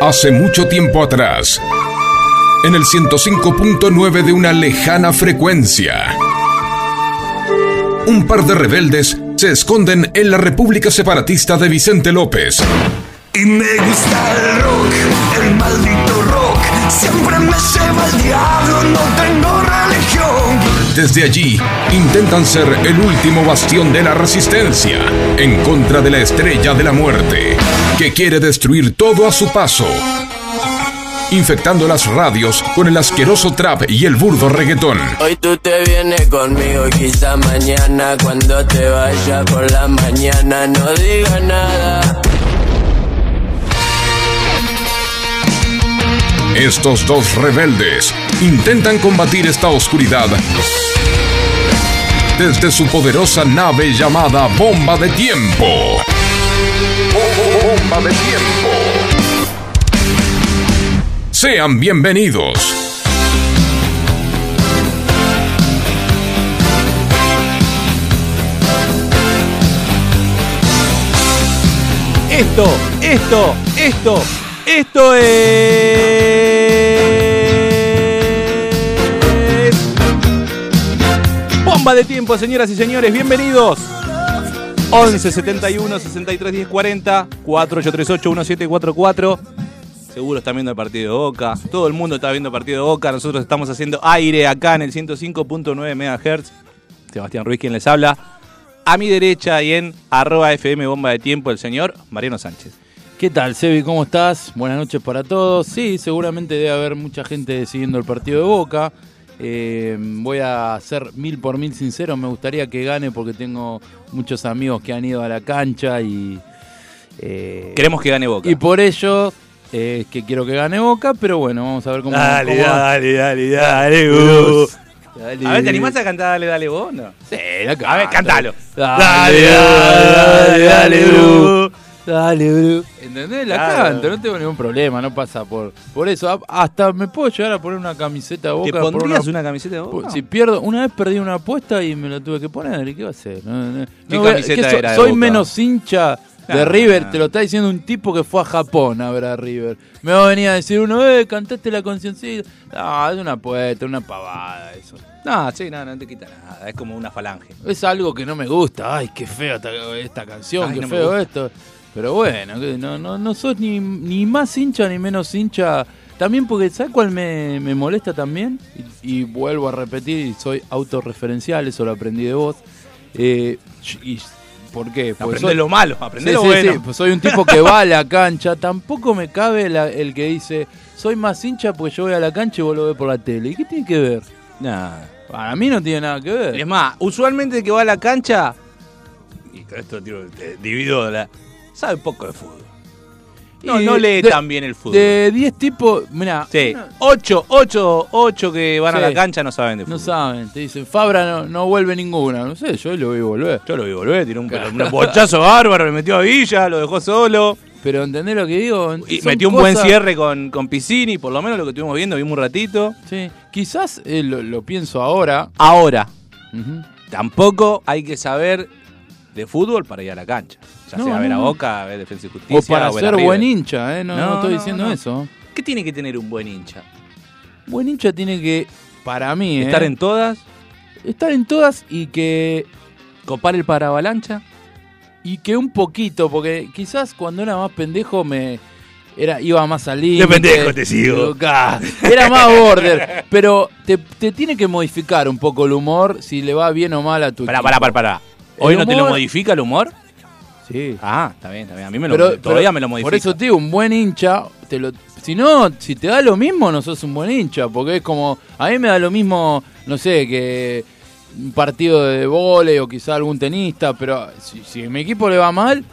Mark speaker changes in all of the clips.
Speaker 1: Hace mucho tiempo atrás, en el 105.9 de una lejana frecuencia, un par de rebeldes se esconden en la República Separatista de Vicente López.
Speaker 2: Y me gusta el rock, el maldito rock. Siempre me lleva el diablo, no tengo religión.
Speaker 1: Desde allí, intentan ser el último bastión de la resistencia en contra de la estrella de la muerte, que quiere destruir todo a su paso, infectando las radios con el asqueroso trap y el burdo reggaetón.
Speaker 3: Hoy tú te vienes conmigo, quizá mañana cuando te vaya por la mañana no diga nada.
Speaker 1: Estos dos rebeldes intentan combatir esta oscuridad desde su poderosa nave llamada Bomba de Tiempo. Bomba de Tiempo. Sean bienvenidos.
Speaker 4: Esto, esto, esto, esto es. Bomba de tiempo, señoras y señores, bienvenidos. 11 71 63 10 40 4838 1744. Seguro están viendo el partido de Boca. Todo el mundo está viendo el partido de Boca. Nosotros estamos haciendo aire acá en el 105.9 MHz. Sebastián Ruiz, quien les habla. A mi derecha y en arroba FM Bomba de Tiempo, el señor Mariano Sánchez.
Speaker 5: ¿Qué tal, Sebi? ¿Cómo estás? Buenas noches para todos. Sí, seguramente debe haber mucha gente siguiendo el partido de Boca. Eh, voy a ser mil por mil sincero. Me gustaría que gane porque tengo muchos amigos que han ido a la cancha y. eh,
Speaker 4: Queremos que gane Boca.
Speaker 5: y por ello eh, es que quiero que gane Boca, pero bueno, vamos a ver cómo.
Speaker 4: Dale,
Speaker 5: cómo va.
Speaker 4: dale, dale, dale, Gus.
Speaker 5: Gus. Dale.
Speaker 4: A ver, ¿te animás a cantar Dale, dale vos? No.
Speaker 5: Sí, la
Speaker 4: A ver,
Speaker 5: canto.
Speaker 4: cántalo.
Speaker 5: Dale, dale, dale, Bru. Dale, Bru. ¿Entendés? La
Speaker 4: Claro.
Speaker 5: canto, no tengo ningún problema, no pasa por por eso. a- Hasta me puedo llegar a poner una camiseta de boca.
Speaker 4: ¿Te
Speaker 5: por Pues
Speaker 4: pondrías
Speaker 5: una-
Speaker 4: una camiseta de vos?
Speaker 5: por- Si pierdo, una vez perdí una apuesta y me la tuve que poner, ¿y qué va a hacer? No, no, no.
Speaker 4: ¿Qué
Speaker 5: No voy a-
Speaker 4: camiseta
Speaker 5: que so-
Speaker 4: era de
Speaker 5: soy
Speaker 4: Boca?
Speaker 5: menos hincha de
Speaker 4: No,
Speaker 5: River,
Speaker 4: no.
Speaker 5: te lo está diciendo un tipo que fue a Japón a ver a River. Me va a venir a decir uno, eh, cantaste la conciencita. No, es una apuesta, una pavada eso.
Speaker 4: No, Ah, sí, no, no te quita nada. Es como una falange.
Speaker 5: Es algo que no me gusta. Ay, qué fea esta, esta canción,
Speaker 4: Ay,
Speaker 5: qué
Speaker 4: no me
Speaker 5: feo
Speaker 4: gusta.
Speaker 5: esto. Pero bueno, que no, no, no sos ni, ni más hincha ni menos hincha. También porque, ¿sabes cuál me, me molesta también? Y, y vuelvo a repetir, y soy autorreferencial, eso lo aprendí de vos. Eh, y, ¿Por qué? Porque
Speaker 4: Aprende
Speaker 5: soy-
Speaker 4: lo malo,
Speaker 5: Sí,
Speaker 4: aprende lo
Speaker 5: sí,
Speaker 4: bueno.
Speaker 5: sí, pues soy un tipo que va a la cancha. Tampoco me cabe la- el que dice, soy más hincha porque yo voy a la cancha y vos lo ves por la tele. ¿Y qué tiene que ver?
Speaker 4: Nada.
Speaker 5: Para mí no tiene nada que ver.
Speaker 4: Es más, usualmente el que va a la cancha, y con esto tiro, te divido la. sabe poco de fútbol. No,
Speaker 5: Y
Speaker 4: no lee
Speaker 5: de-
Speaker 4: tan bien el fútbol.
Speaker 5: De 10 tipos, mira,
Speaker 4: sí, 8, 8, 8 que van a
Speaker 5: Sí.
Speaker 4: la cancha no saben de
Speaker 5: no
Speaker 4: fútbol.
Speaker 5: saben, te dicen, Fabra no, no vuelve ninguna, no sé, yo lo vi volver.
Speaker 4: Yo lo vi volver, tiró un, un bochazo bárbaro, le metió a Villa, lo dejó solo.
Speaker 5: Pero ¿entendés lo que digo?
Speaker 4: Y
Speaker 5: Son
Speaker 4: metió un
Speaker 5: cosas-
Speaker 4: buen cierre con, con Piscini, por lo menos lo que estuvimos viendo, vimos un ratito.
Speaker 5: Sí, quizás eh, lo, lo pienso ahora.
Speaker 4: Ahora,
Speaker 5: Ujú.
Speaker 4: tampoco hay que saber de fútbol para ir a la cancha. Ya
Speaker 5: No,
Speaker 4: sea a ver
Speaker 5: no,
Speaker 4: a
Speaker 5: no.
Speaker 4: Boca, a ver Defensa y
Speaker 5: O
Speaker 4: Justicia.
Speaker 5: para
Speaker 4: a ver a
Speaker 5: ser
Speaker 4: River.
Speaker 5: buen hincha, ¿eh? No, no
Speaker 4: No,
Speaker 5: estoy
Speaker 4: no,
Speaker 5: diciendo
Speaker 4: no.
Speaker 5: eso.
Speaker 4: ¿Qué tiene que tener un buen hincha?
Speaker 5: Buen hincha tiene que, para mí, ¿eh?
Speaker 4: ¿Estar en todas?
Speaker 5: estar en todas y que
Speaker 4: ¿Copar el paravalancha?
Speaker 5: y que un poquito, porque quizás cuando era más pendejo me era iba más al límite.
Speaker 4: pendejo te sigo.
Speaker 5: Ca- Era más border, pero te, te tiene que modificar un poco el humor si le va bien o mal a tu
Speaker 4: Pará,
Speaker 5: equipo.
Speaker 4: pará, pará, pará.
Speaker 5: El
Speaker 4: ¿Hoy no te lo
Speaker 5: humor-
Speaker 4: modifica el humor?
Speaker 5: Sí.
Speaker 4: Ah, está bien, está bien. A mí me lo,
Speaker 5: Pero,
Speaker 4: todavía
Speaker 5: pero
Speaker 4: me lo modifica.
Speaker 5: Por eso, tío, un buen hincha, te lo, si no, si te da lo mismo, no sos un buen hincha, porque es como, a mí me da lo mismo, no sé, que un partido de vole o quizá algún tenista, pero si, si a mi equipo le va mal,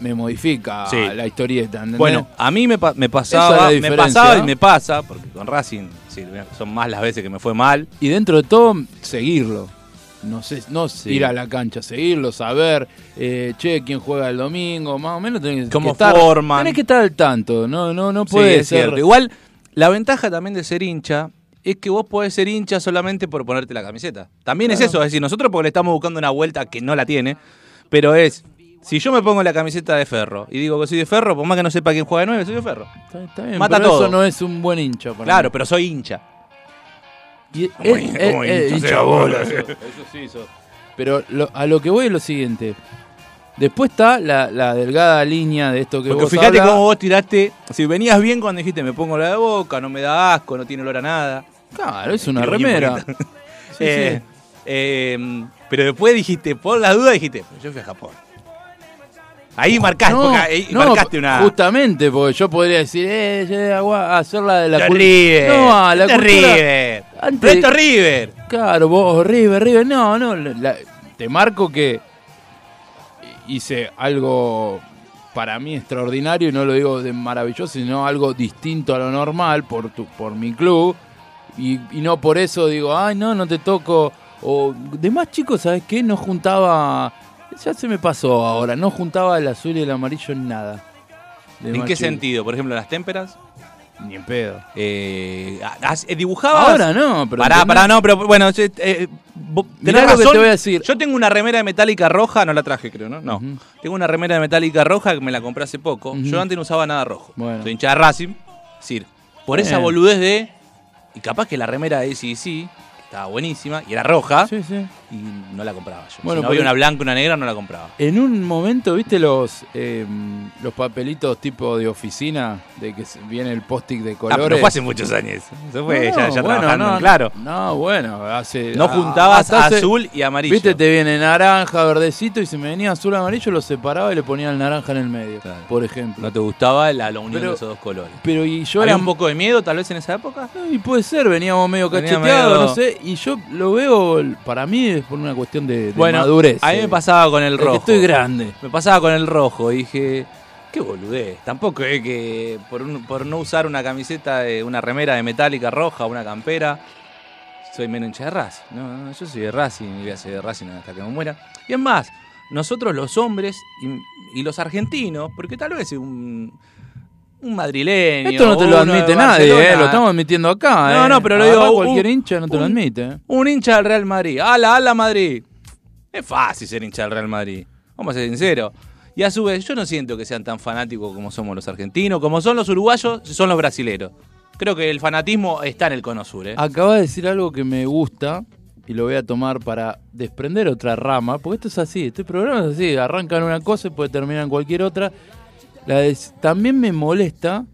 Speaker 5: me modifica
Speaker 4: Sí.
Speaker 5: la historieta, ¿entendés?
Speaker 4: Bueno, a mí me, pa- me
Speaker 5: Esa
Speaker 4: pasaba,
Speaker 5: es la
Speaker 4: me
Speaker 5: diferencia,
Speaker 4: pasaba y
Speaker 5: ¿no?
Speaker 4: me pasa, porque con Racing sí, son más las veces que me fue mal.
Speaker 5: y dentro de todo, seguirlo. No sé, no ir a la cancha, seguirlo, saber, eh, che, quién juega el domingo, más o menos tenés
Speaker 4: Cómo
Speaker 5: que estar.
Speaker 4: forman.
Speaker 5: Tenés que estar al tanto, no, no, no
Speaker 4: Sí,
Speaker 5: puede
Speaker 4: es
Speaker 5: ser.
Speaker 4: cierto. Igual, la ventaja también de ser hincha es que vos podés ser hincha solamente por ponerte la camiseta. También es eso, es decir, nosotros porque le estamos buscando una vuelta que no la tiene, pero es Si yo me pongo la camiseta de Ferro y digo que soy de Ferro, por más que no sepa quién juega de 9, soy de Ferro.
Speaker 5: Está, está bien,
Speaker 4: Mata
Speaker 5: pero
Speaker 4: todo.
Speaker 5: eso no es un buen hincha. para
Speaker 4: Claro,
Speaker 5: mí.
Speaker 4: pero soy hincha.
Speaker 5: Y él- él- él- hincha bola, Eso, eso sí, eso. Pero lo- a lo que voy es lo siguiente. Después está la, la delgada línea de esto que
Speaker 4: Porque
Speaker 5: vos
Speaker 4: fíjate
Speaker 5: hablas.
Speaker 4: cómo vos tiraste. Si venías bien cuando dijiste me pongo la de boca, no me da asco, no tiene olor a nada.
Speaker 5: Claro, es una
Speaker 4: Tiró bien
Speaker 5: remera.
Speaker 4: poquito.
Speaker 5: Sí,
Speaker 4: Eh,
Speaker 5: sí.
Speaker 4: eh, pero después dijiste, por la duda dijiste, "Pues yo fui a Japón. Ahí marcaste, porque ahí
Speaker 5: no,
Speaker 4: marcaste una.
Speaker 5: Justamente, porque yo podría decir, eh, eh, agua- hacer la de la
Speaker 4: Esto es
Speaker 5: cul-
Speaker 4: River.
Speaker 5: No, a la
Speaker 4: esto es
Speaker 5: cultura-
Speaker 4: River.
Speaker 5: antes
Speaker 4: Pero esto
Speaker 5: de-
Speaker 4: es River.
Speaker 5: Claro, vos, River, River. No, no, la- la- te marco que hice algo para mí extraordinario, y no lo digo de maravilloso, sino algo distinto a lo normal por, tu, por mi club. Y, y no por eso digo, ay, no, no te toco. O demás, chicos, ¿sabes qué? No juntaba. Ya se me pasó ahora, no juntaba el azul y el amarillo en nada. De
Speaker 4: ¿En
Speaker 5: más
Speaker 4: qué
Speaker 5: chico.
Speaker 4: sentido? Por ejemplo, las témperas.
Speaker 5: Ni en pedo.
Speaker 4: Eh, haz- eh, dibujabas.
Speaker 5: Ahora no, pero.
Speaker 4: pará,
Speaker 5: ¿entendés?
Speaker 4: pará, no, pero bueno, yo, eh, vos-
Speaker 5: Mirá
Speaker 4: tenés
Speaker 5: lo que
Speaker 4: razón.
Speaker 5: te voy a decir.
Speaker 4: Yo tengo una remera de metálica roja, no la traje, creo, ¿no? No.
Speaker 5: Ujú.
Speaker 4: Tengo una remera de metálica roja que me la compré hace poco.
Speaker 5: Ujú.
Speaker 4: Yo antes no usaba nada rojo.
Speaker 5: Bueno.
Speaker 4: Soy hincha de Racing. Es decir, por esa
Speaker 5: Bien.
Speaker 4: boludez de. Y capaz que la remera de SEC, que estaba buenísima, y era roja,
Speaker 5: Sí, sí.
Speaker 4: y no la compraba yo.
Speaker 5: Bueno,
Speaker 4: si no había
Speaker 5: pero-
Speaker 4: una blanca, una negra, no la compraba. Ah,
Speaker 5: En un momento, ¿viste los eh, los papelitos tipo de oficina? De que se- viene el post-it de
Speaker 4: Ah,
Speaker 5: colores.
Speaker 4: pero fue hace muchos años. Eso fue
Speaker 5: No,
Speaker 4: ya,
Speaker 5: no,
Speaker 4: ya
Speaker 5: bueno,
Speaker 4: trabajando,
Speaker 5: no,
Speaker 4: claro.
Speaker 5: No, bueno, hace...
Speaker 4: No
Speaker 5: ah,
Speaker 4: juntabas
Speaker 5: hasta hace-
Speaker 4: azul y amarillo.
Speaker 5: Viste, te viene naranja, verdecito, y si me venía azul, amarillo, lo separaba y le ponía el naranja en el medio,
Speaker 4: Claro.
Speaker 5: por ejemplo.
Speaker 4: No te gustaba la, la unión
Speaker 5: Pero-
Speaker 4: de esos dos colores.
Speaker 5: Pero y yo
Speaker 4: ¿Había
Speaker 5: era...
Speaker 4: un poco de miedo tal vez en esa época?
Speaker 5: Y puede ser, veníamos medio
Speaker 4: Venía
Speaker 5: cacheteados,
Speaker 4: medio-
Speaker 5: no sé. Y yo lo veo, para mí es por una cuestión de, de
Speaker 4: Bueno,
Speaker 5: madurez.
Speaker 4: a mí me
Speaker 5: eh.
Speaker 4: pasaba con el
Speaker 5: Es que
Speaker 4: rojo.
Speaker 5: estoy grande.
Speaker 4: Me pasaba con el rojo y dije, qué boludez. Tampoco es que por, un- por no usar una camiseta, de, una remera de metálica roja, una campera, soy menos hincha de Racing. No, no, no, yo soy de Racing y voy a ser de Racing hasta que me muera. Y es más, nosotros los hombres y, y los argentinos, porque tal vez un, un madrileño.
Speaker 5: Esto no te
Speaker 4: o
Speaker 5: lo
Speaker 4: uno de
Speaker 5: admite nadie, eh, lo
Speaker 4: Barcelona,
Speaker 5: estamos admitiendo acá.
Speaker 4: No,
Speaker 5: eh.
Speaker 4: no, pero lo
Speaker 5: Agarrá
Speaker 4: digo, un-
Speaker 5: cualquier hincha no te lo
Speaker 4: un-
Speaker 5: admite. eh.
Speaker 4: Un hincha del Real Madrid. ¡Ala, ala Madrid! Es fácil ser hincha del Real Madrid. Vamos a ser sinceros. Y a su vez, yo no siento que sean tan fanáticos como somos los argentinos, como son los uruguayos, son los brasileros. Creo que el fanatismo está en el cono sur, ¿eh?
Speaker 5: Acaba de decir algo que me gusta y lo voy a tomar para desprender otra rama, porque esto es así, este programa es así, arrancan una cosa y puede terminar en cualquier otra. La des- también me molesta,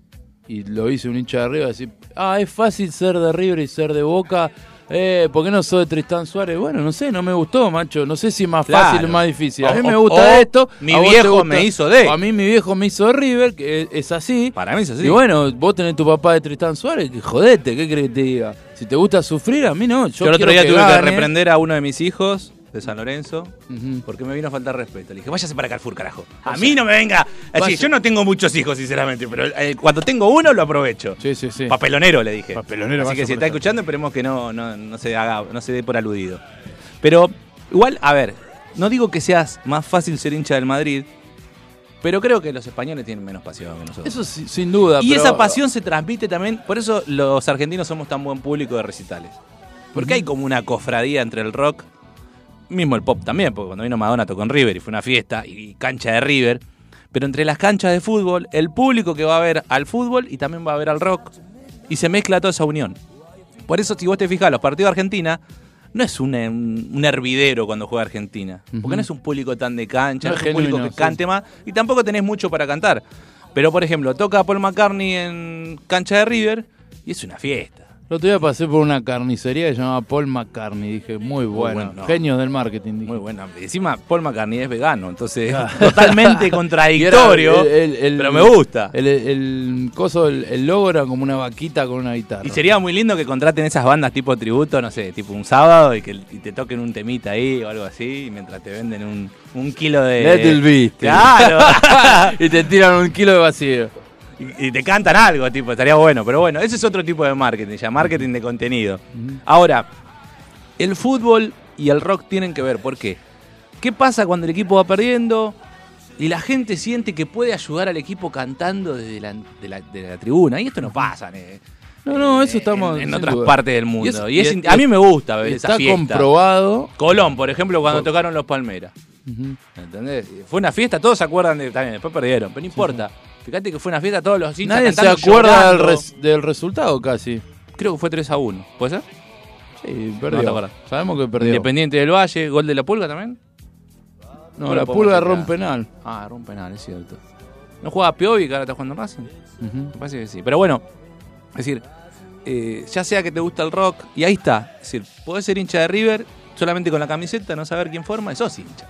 Speaker 5: y lo hice un hincha de arriba, decir, ah, es fácil ser de River y ser de Boca, eh, ¿por qué no soy de Tristán Suárez? Bueno, no sé, no me gustó, macho, no sé si es más fácil
Speaker 4: Claro.
Speaker 5: o más difícil. A
Speaker 4: O-
Speaker 5: mí me
Speaker 4: o-
Speaker 5: gusta
Speaker 4: o
Speaker 5: esto.
Speaker 4: mi
Speaker 5: a vos te
Speaker 4: viejo
Speaker 5: gusta-
Speaker 4: me hizo de.
Speaker 5: A mí mi viejo me hizo de River, que es, es así.
Speaker 4: Para mí es así.
Speaker 5: Y bueno, vos tenés tu papá de Tristán Suárez, que jodete, ¿qué crees que te diga? Si te gusta sufrir, a mí no.
Speaker 4: yo
Speaker 5: Yo,
Speaker 4: el otro
Speaker 5: quiero
Speaker 4: día tuve que
Speaker 5: gane.
Speaker 4: reprender a uno de mis hijos de San Lorenzo
Speaker 5: Ujú.
Speaker 4: porque me vino a faltar respeto. Le dije, váyase para Carrefour, carajo. A mí no me venga. Así,
Speaker 5: Vaya.
Speaker 4: yo no tengo muchos hijos, sinceramente, pero eh, cuando tengo uno lo aprovecho.
Speaker 5: Sí, sí, sí.
Speaker 4: Papelonero le dije.
Speaker 5: Papelonero,
Speaker 4: Así
Speaker 5: vaya
Speaker 4: que si
Speaker 5: por
Speaker 4: está
Speaker 5: eso.
Speaker 4: escuchando, esperemos que no, no, no se haga, no se dé por aludido. Pero, igual, a ver, no digo que seas más fácil ser hincha del Madrid, pero creo que los españoles tienen menos pasión que nosotros.
Speaker 5: Eso sí, sin duda.
Speaker 4: y
Speaker 5: pero-
Speaker 4: esa pasión se transmite también, por eso los argentinos somos tan buen público de recitales. Porque hay como una cofradía entre el rock, mismo el pop también, porque cuando vino Madonna tocó en River y fue una fiesta y cancha de River. Pero entre las canchas de fútbol, el público que va a ver al fútbol y también va a ver al rock. Y se mezcla toda esa unión. Por eso, si vos te fijas, los partidos de Argentina no es un, eh, un hervidero cuando juega Argentina. Porque no es un público tan de cancha,
Speaker 5: No
Speaker 4: no,
Speaker 5: es
Speaker 4: es un público
Speaker 5: genuino,
Speaker 4: que cante más. Y tampoco tenés mucho para cantar. Pero, por ejemplo, toca Paul McCartney en cancha de River y es una fiesta.
Speaker 5: El otro día pasé por una carnicería que se llamaba Paul McCartney. Dije, muy bueno.
Speaker 4: bueno, no.
Speaker 5: Genios del marketing. dije.
Speaker 4: Muy buena. Encima, Paul McCartney es vegano, entonces totalmente contradictorio.
Speaker 5: Y era el- el- el-
Speaker 4: pero me gusta.
Speaker 5: El, el- el coso, el, el logo era como una vaquita con una guitarra.
Speaker 4: y sería muy lindo que contraten esas bandas tipo tributo, no sé, tipo un sábado y que y te toquen un temita ahí o algo así, y mientras te venden un, un kilo de.
Speaker 5: Little Beastie.
Speaker 4: Claro.
Speaker 5: y te tiran un kilo de vacío.
Speaker 4: y, y te cantan algo, tipo, estaría bueno. Pero bueno, ese es otro tipo de marketing, ya marketing de contenido. Ahora, el fútbol y el rock tienen que ver, ¿por qué? ¿Qué pasa cuando el equipo va perdiendo y la gente siente que puede ayudar al equipo cantando desde la, de la- de la tribuna? Y esto no pasa. eh,
Speaker 5: No, no, eso
Speaker 4: en-
Speaker 5: estamos.
Speaker 4: En,
Speaker 5: sin
Speaker 4: otras
Speaker 5: duda.
Speaker 4: partes del
Speaker 5: Y
Speaker 4: mundo. Y,
Speaker 5: es-
Speaker 4: es
Speaker 5: y-
Speaker 4: in- a mí me gusta ver
Speaker 5: y
Speaker 4: esa
Speaker 5: Está
Speaker 4: fiesta.
Speaker 5: comprobado
Speaker 4: Colón, por ejemplo, cuando
Speaker 5: Por-
Speaker 4: tocaron los Palmeras. ¿Entendés? Fue una fiesta, todos se acuerdan de. También, después perdieron, pero no importa. Fíjate que fue una fiesta, todos los hinchas
Speaker 5: Nadie se
Speaker 4: cantando,
Speaker 5: acuerda del,
Speaker 4: llorando.
Speaker 5: res- del resultado casi.
Speaker 4: Creo que fue 3 a 1. ¿Puede ser?
Speaker 5: Sí,
Speaker 4: No te
Speaker 5: perdió.
Speaker 4: acordás.
Speaker 5: Sabemos que perdió.
Speaker 4: Independiente del Valle, gol de la Pulga también.
Speaker 5: No,
Speaker 4: No
Speaker 5: la
Speaker 4: lo podemos
Speaker 5: pulga
Speaker 4: sacar.
Speaker 5: rompe penal.
Speaker 4: Ah, era un penal, es cierto. No jugaba Piovi, que ahora está jugando en Racing.
Speaker 5: Ujú.
Speaker 4: Me parece que sí. Pero bueno, es decir, eh, ya sea que te gusta el rock, y ahí está. Es decir, podés ser hincha de River solamente con la camiseta, no saber quién forma, y sos hincha.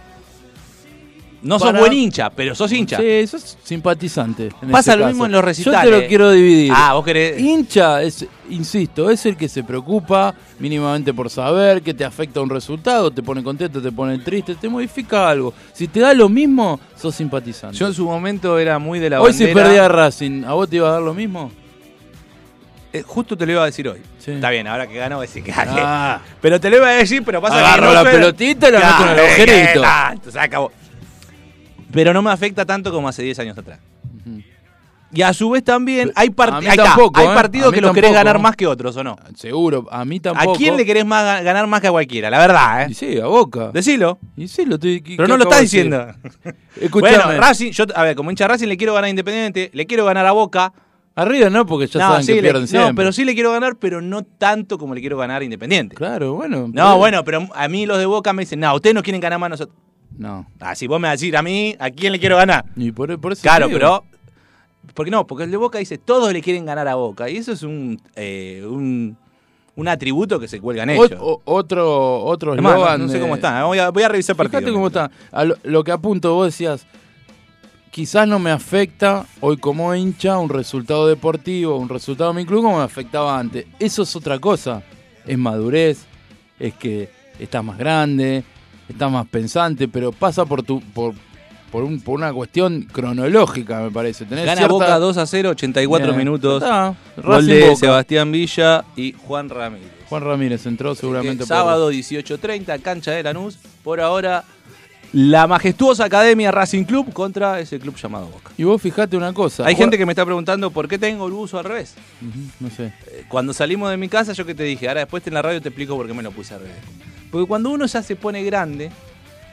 Speaker 4: No sos
Speaker 5: Para-
Speaker 4: buen hincha, pero sos hincha.
Speaker 5: Sí, eso es simpatizante. en
Speaker 4: Pasa
Speaker 5: este
Speaker 4: lo
Speaker 5: caso.
Speaker 4: mismo en los recitales.
Speaker 5: Yo te lo quiero dividir.
Speaker 4: Ah, vos querés.
Speaker 5: Hincha es, insisto, es el que se preocupa mínimamente por saber que te afecta un resultado, te pone contento, te pone triste, te modifica algo. Si te da lo mismo, sos simpatizante.
Speaker 4: Yo en su momento era muy de la
Speaker 5: Hoy si
Speaker 4: bandera.
Speaker 5: perdía Racing, ¿a vos te iba a dar lo mismo?
Speaker 4: Eh, justo te lo iba a decir hoy.
Speaker 5: Sí.
Speaker 4: Está bien, ahora que ganó, decir que
Speaker 5: Ah.
Speaker 4: Pero te lo iba a decir, pero pasa que
Speaker 5: Agarro
Speaker 4: no eh,
Speaker 5: la
Speaker 4: suena.
Speaker 5: pelotita y la meto en el agujerito.
Speaker 4: ¿qué tanto? Se acabó. Pero no me afecta tanto como hace 10 años atrás. Y a su vez también hay, part-
Speaker 5: A mí
Speaker 4: ahí está,
Speaker 5: tampoco,
Speaker 4: hay
Speaker 5: ¿eh? A
Speaker 4: partidos
Speaker 5: mí
Speaker 4: que los querés
Speaker 5: tampoco,
Speaker 4: ganar
Speaker 5: ¿eh?
Speaker 4: más que otros, ¿o no?
Speaker 5: Seguro, a mí tampoco.
Speaker 4: ¿A quién le querés más ga- ganar más que a cualquiera? La verdad,
Speaker 5: Y
Speaker 4: ¿eh?
Speaker 5: sí, a Boca.
Speaker 4: Decilo.
Speaker 5: Y sí, lo estoy- ¿qué-
Speaker 4: Pero
Speaker 5: qué
Speaker 4: no lo
Speaker 5: acabo
Speaker 4: estás
Speaker 5: de decir?
Speaker 4: diciendo.
Speaker 5: Escuchame.
Speaker 4: Bueno, Racing, yo, a ver, como hincha de Racing le quiero ganar a Independiente, le quiero ganar a Boca.
Speaker 5: Arriba no, porque ya
Speaker 4: no,
Speaker 5: saben
Speaker 4: sí,
Speaker 5: que
Speaker 4: le-
Speaker 5: pierden
Speaker 4: no,
Speaker 5: siempre.
Speaker 4: pero sí le quiero ganar, pero no tanto como le quiero ganar a Independiente.
Speaker 5: Claro, bueno.
Speaker 4: No,
Speaker 5: pero-
Speaker 4: bueno, pero a mí los de Boca me dicen, no, ustedes no quieren ganar más a nosotros.
Speaker 5: No.
Speaker 4: Ah, si vos me decís a mí, ¿a quién le quiero ganar?
Speaker 5: Y por, por eso
Speaker 4: Claro,
Speaker 5: te digo.
Speaker 4: pero. ¿Por qué no? Porque el de Boca dice, todos le quieren ganar a Boca. Y eso es un, eh, un, un atributo que se cuelgan ellos.
Speaker 5: Ot- o- otro otro
Speaker 4: Es más, no-
Speaker 5: eslogan
Speaker 4: no, sé
Speaker 5: de-
Speaker 4: cómo está. Voy a, voy a revisar partido.
Speaker 5: Fíjate cómo está. A lo, lo que apunto, vos decías, quizás no me afecta hoy como hincha un resultado deportivo, un resultado de mi club como me afectaba antes. Eso es otra cosa. Es madurez, es que estás más grande, estás más pensante, pero pasa por tu por, por, un- por una cuestión cronológica, me parece. Tenés
Speaker 4: Gana
Speaker 5: cierta-
Speaker 4: Boca 2 a 0, 84
Speaker 5: Bien.
Speaker 4: minutos.
Speaker 5: Está.
Speaker 4: Gol
Speaker 5: Racing
Speaker 4: de
Speaker 5: Boca.
Speaker 4: Sebastián Villa y Juan Ramírez.
Speaker 5: Juan Ramírez entró seguramente
Speaker 4: Eh,
Speaker 5: por-
Speaker 4: sábado 18.30, cancha de Lanús. Por ahora, la majestuosa Academia Racing Club contra ese club llamado Boca.
Speaker 5: Y vos fijate una cosa.
Speaker 4: Hay gente que me está preguntando por qué tengo el buzo al revés.
Speaker 5: Ujú, No sé.
Speaker 4: Eh, Cuando salimos de mi casa, yo que te dije, ahora después en la radio te explico por qué me lo puse al revés. Porque cuando uno ya se pone grande,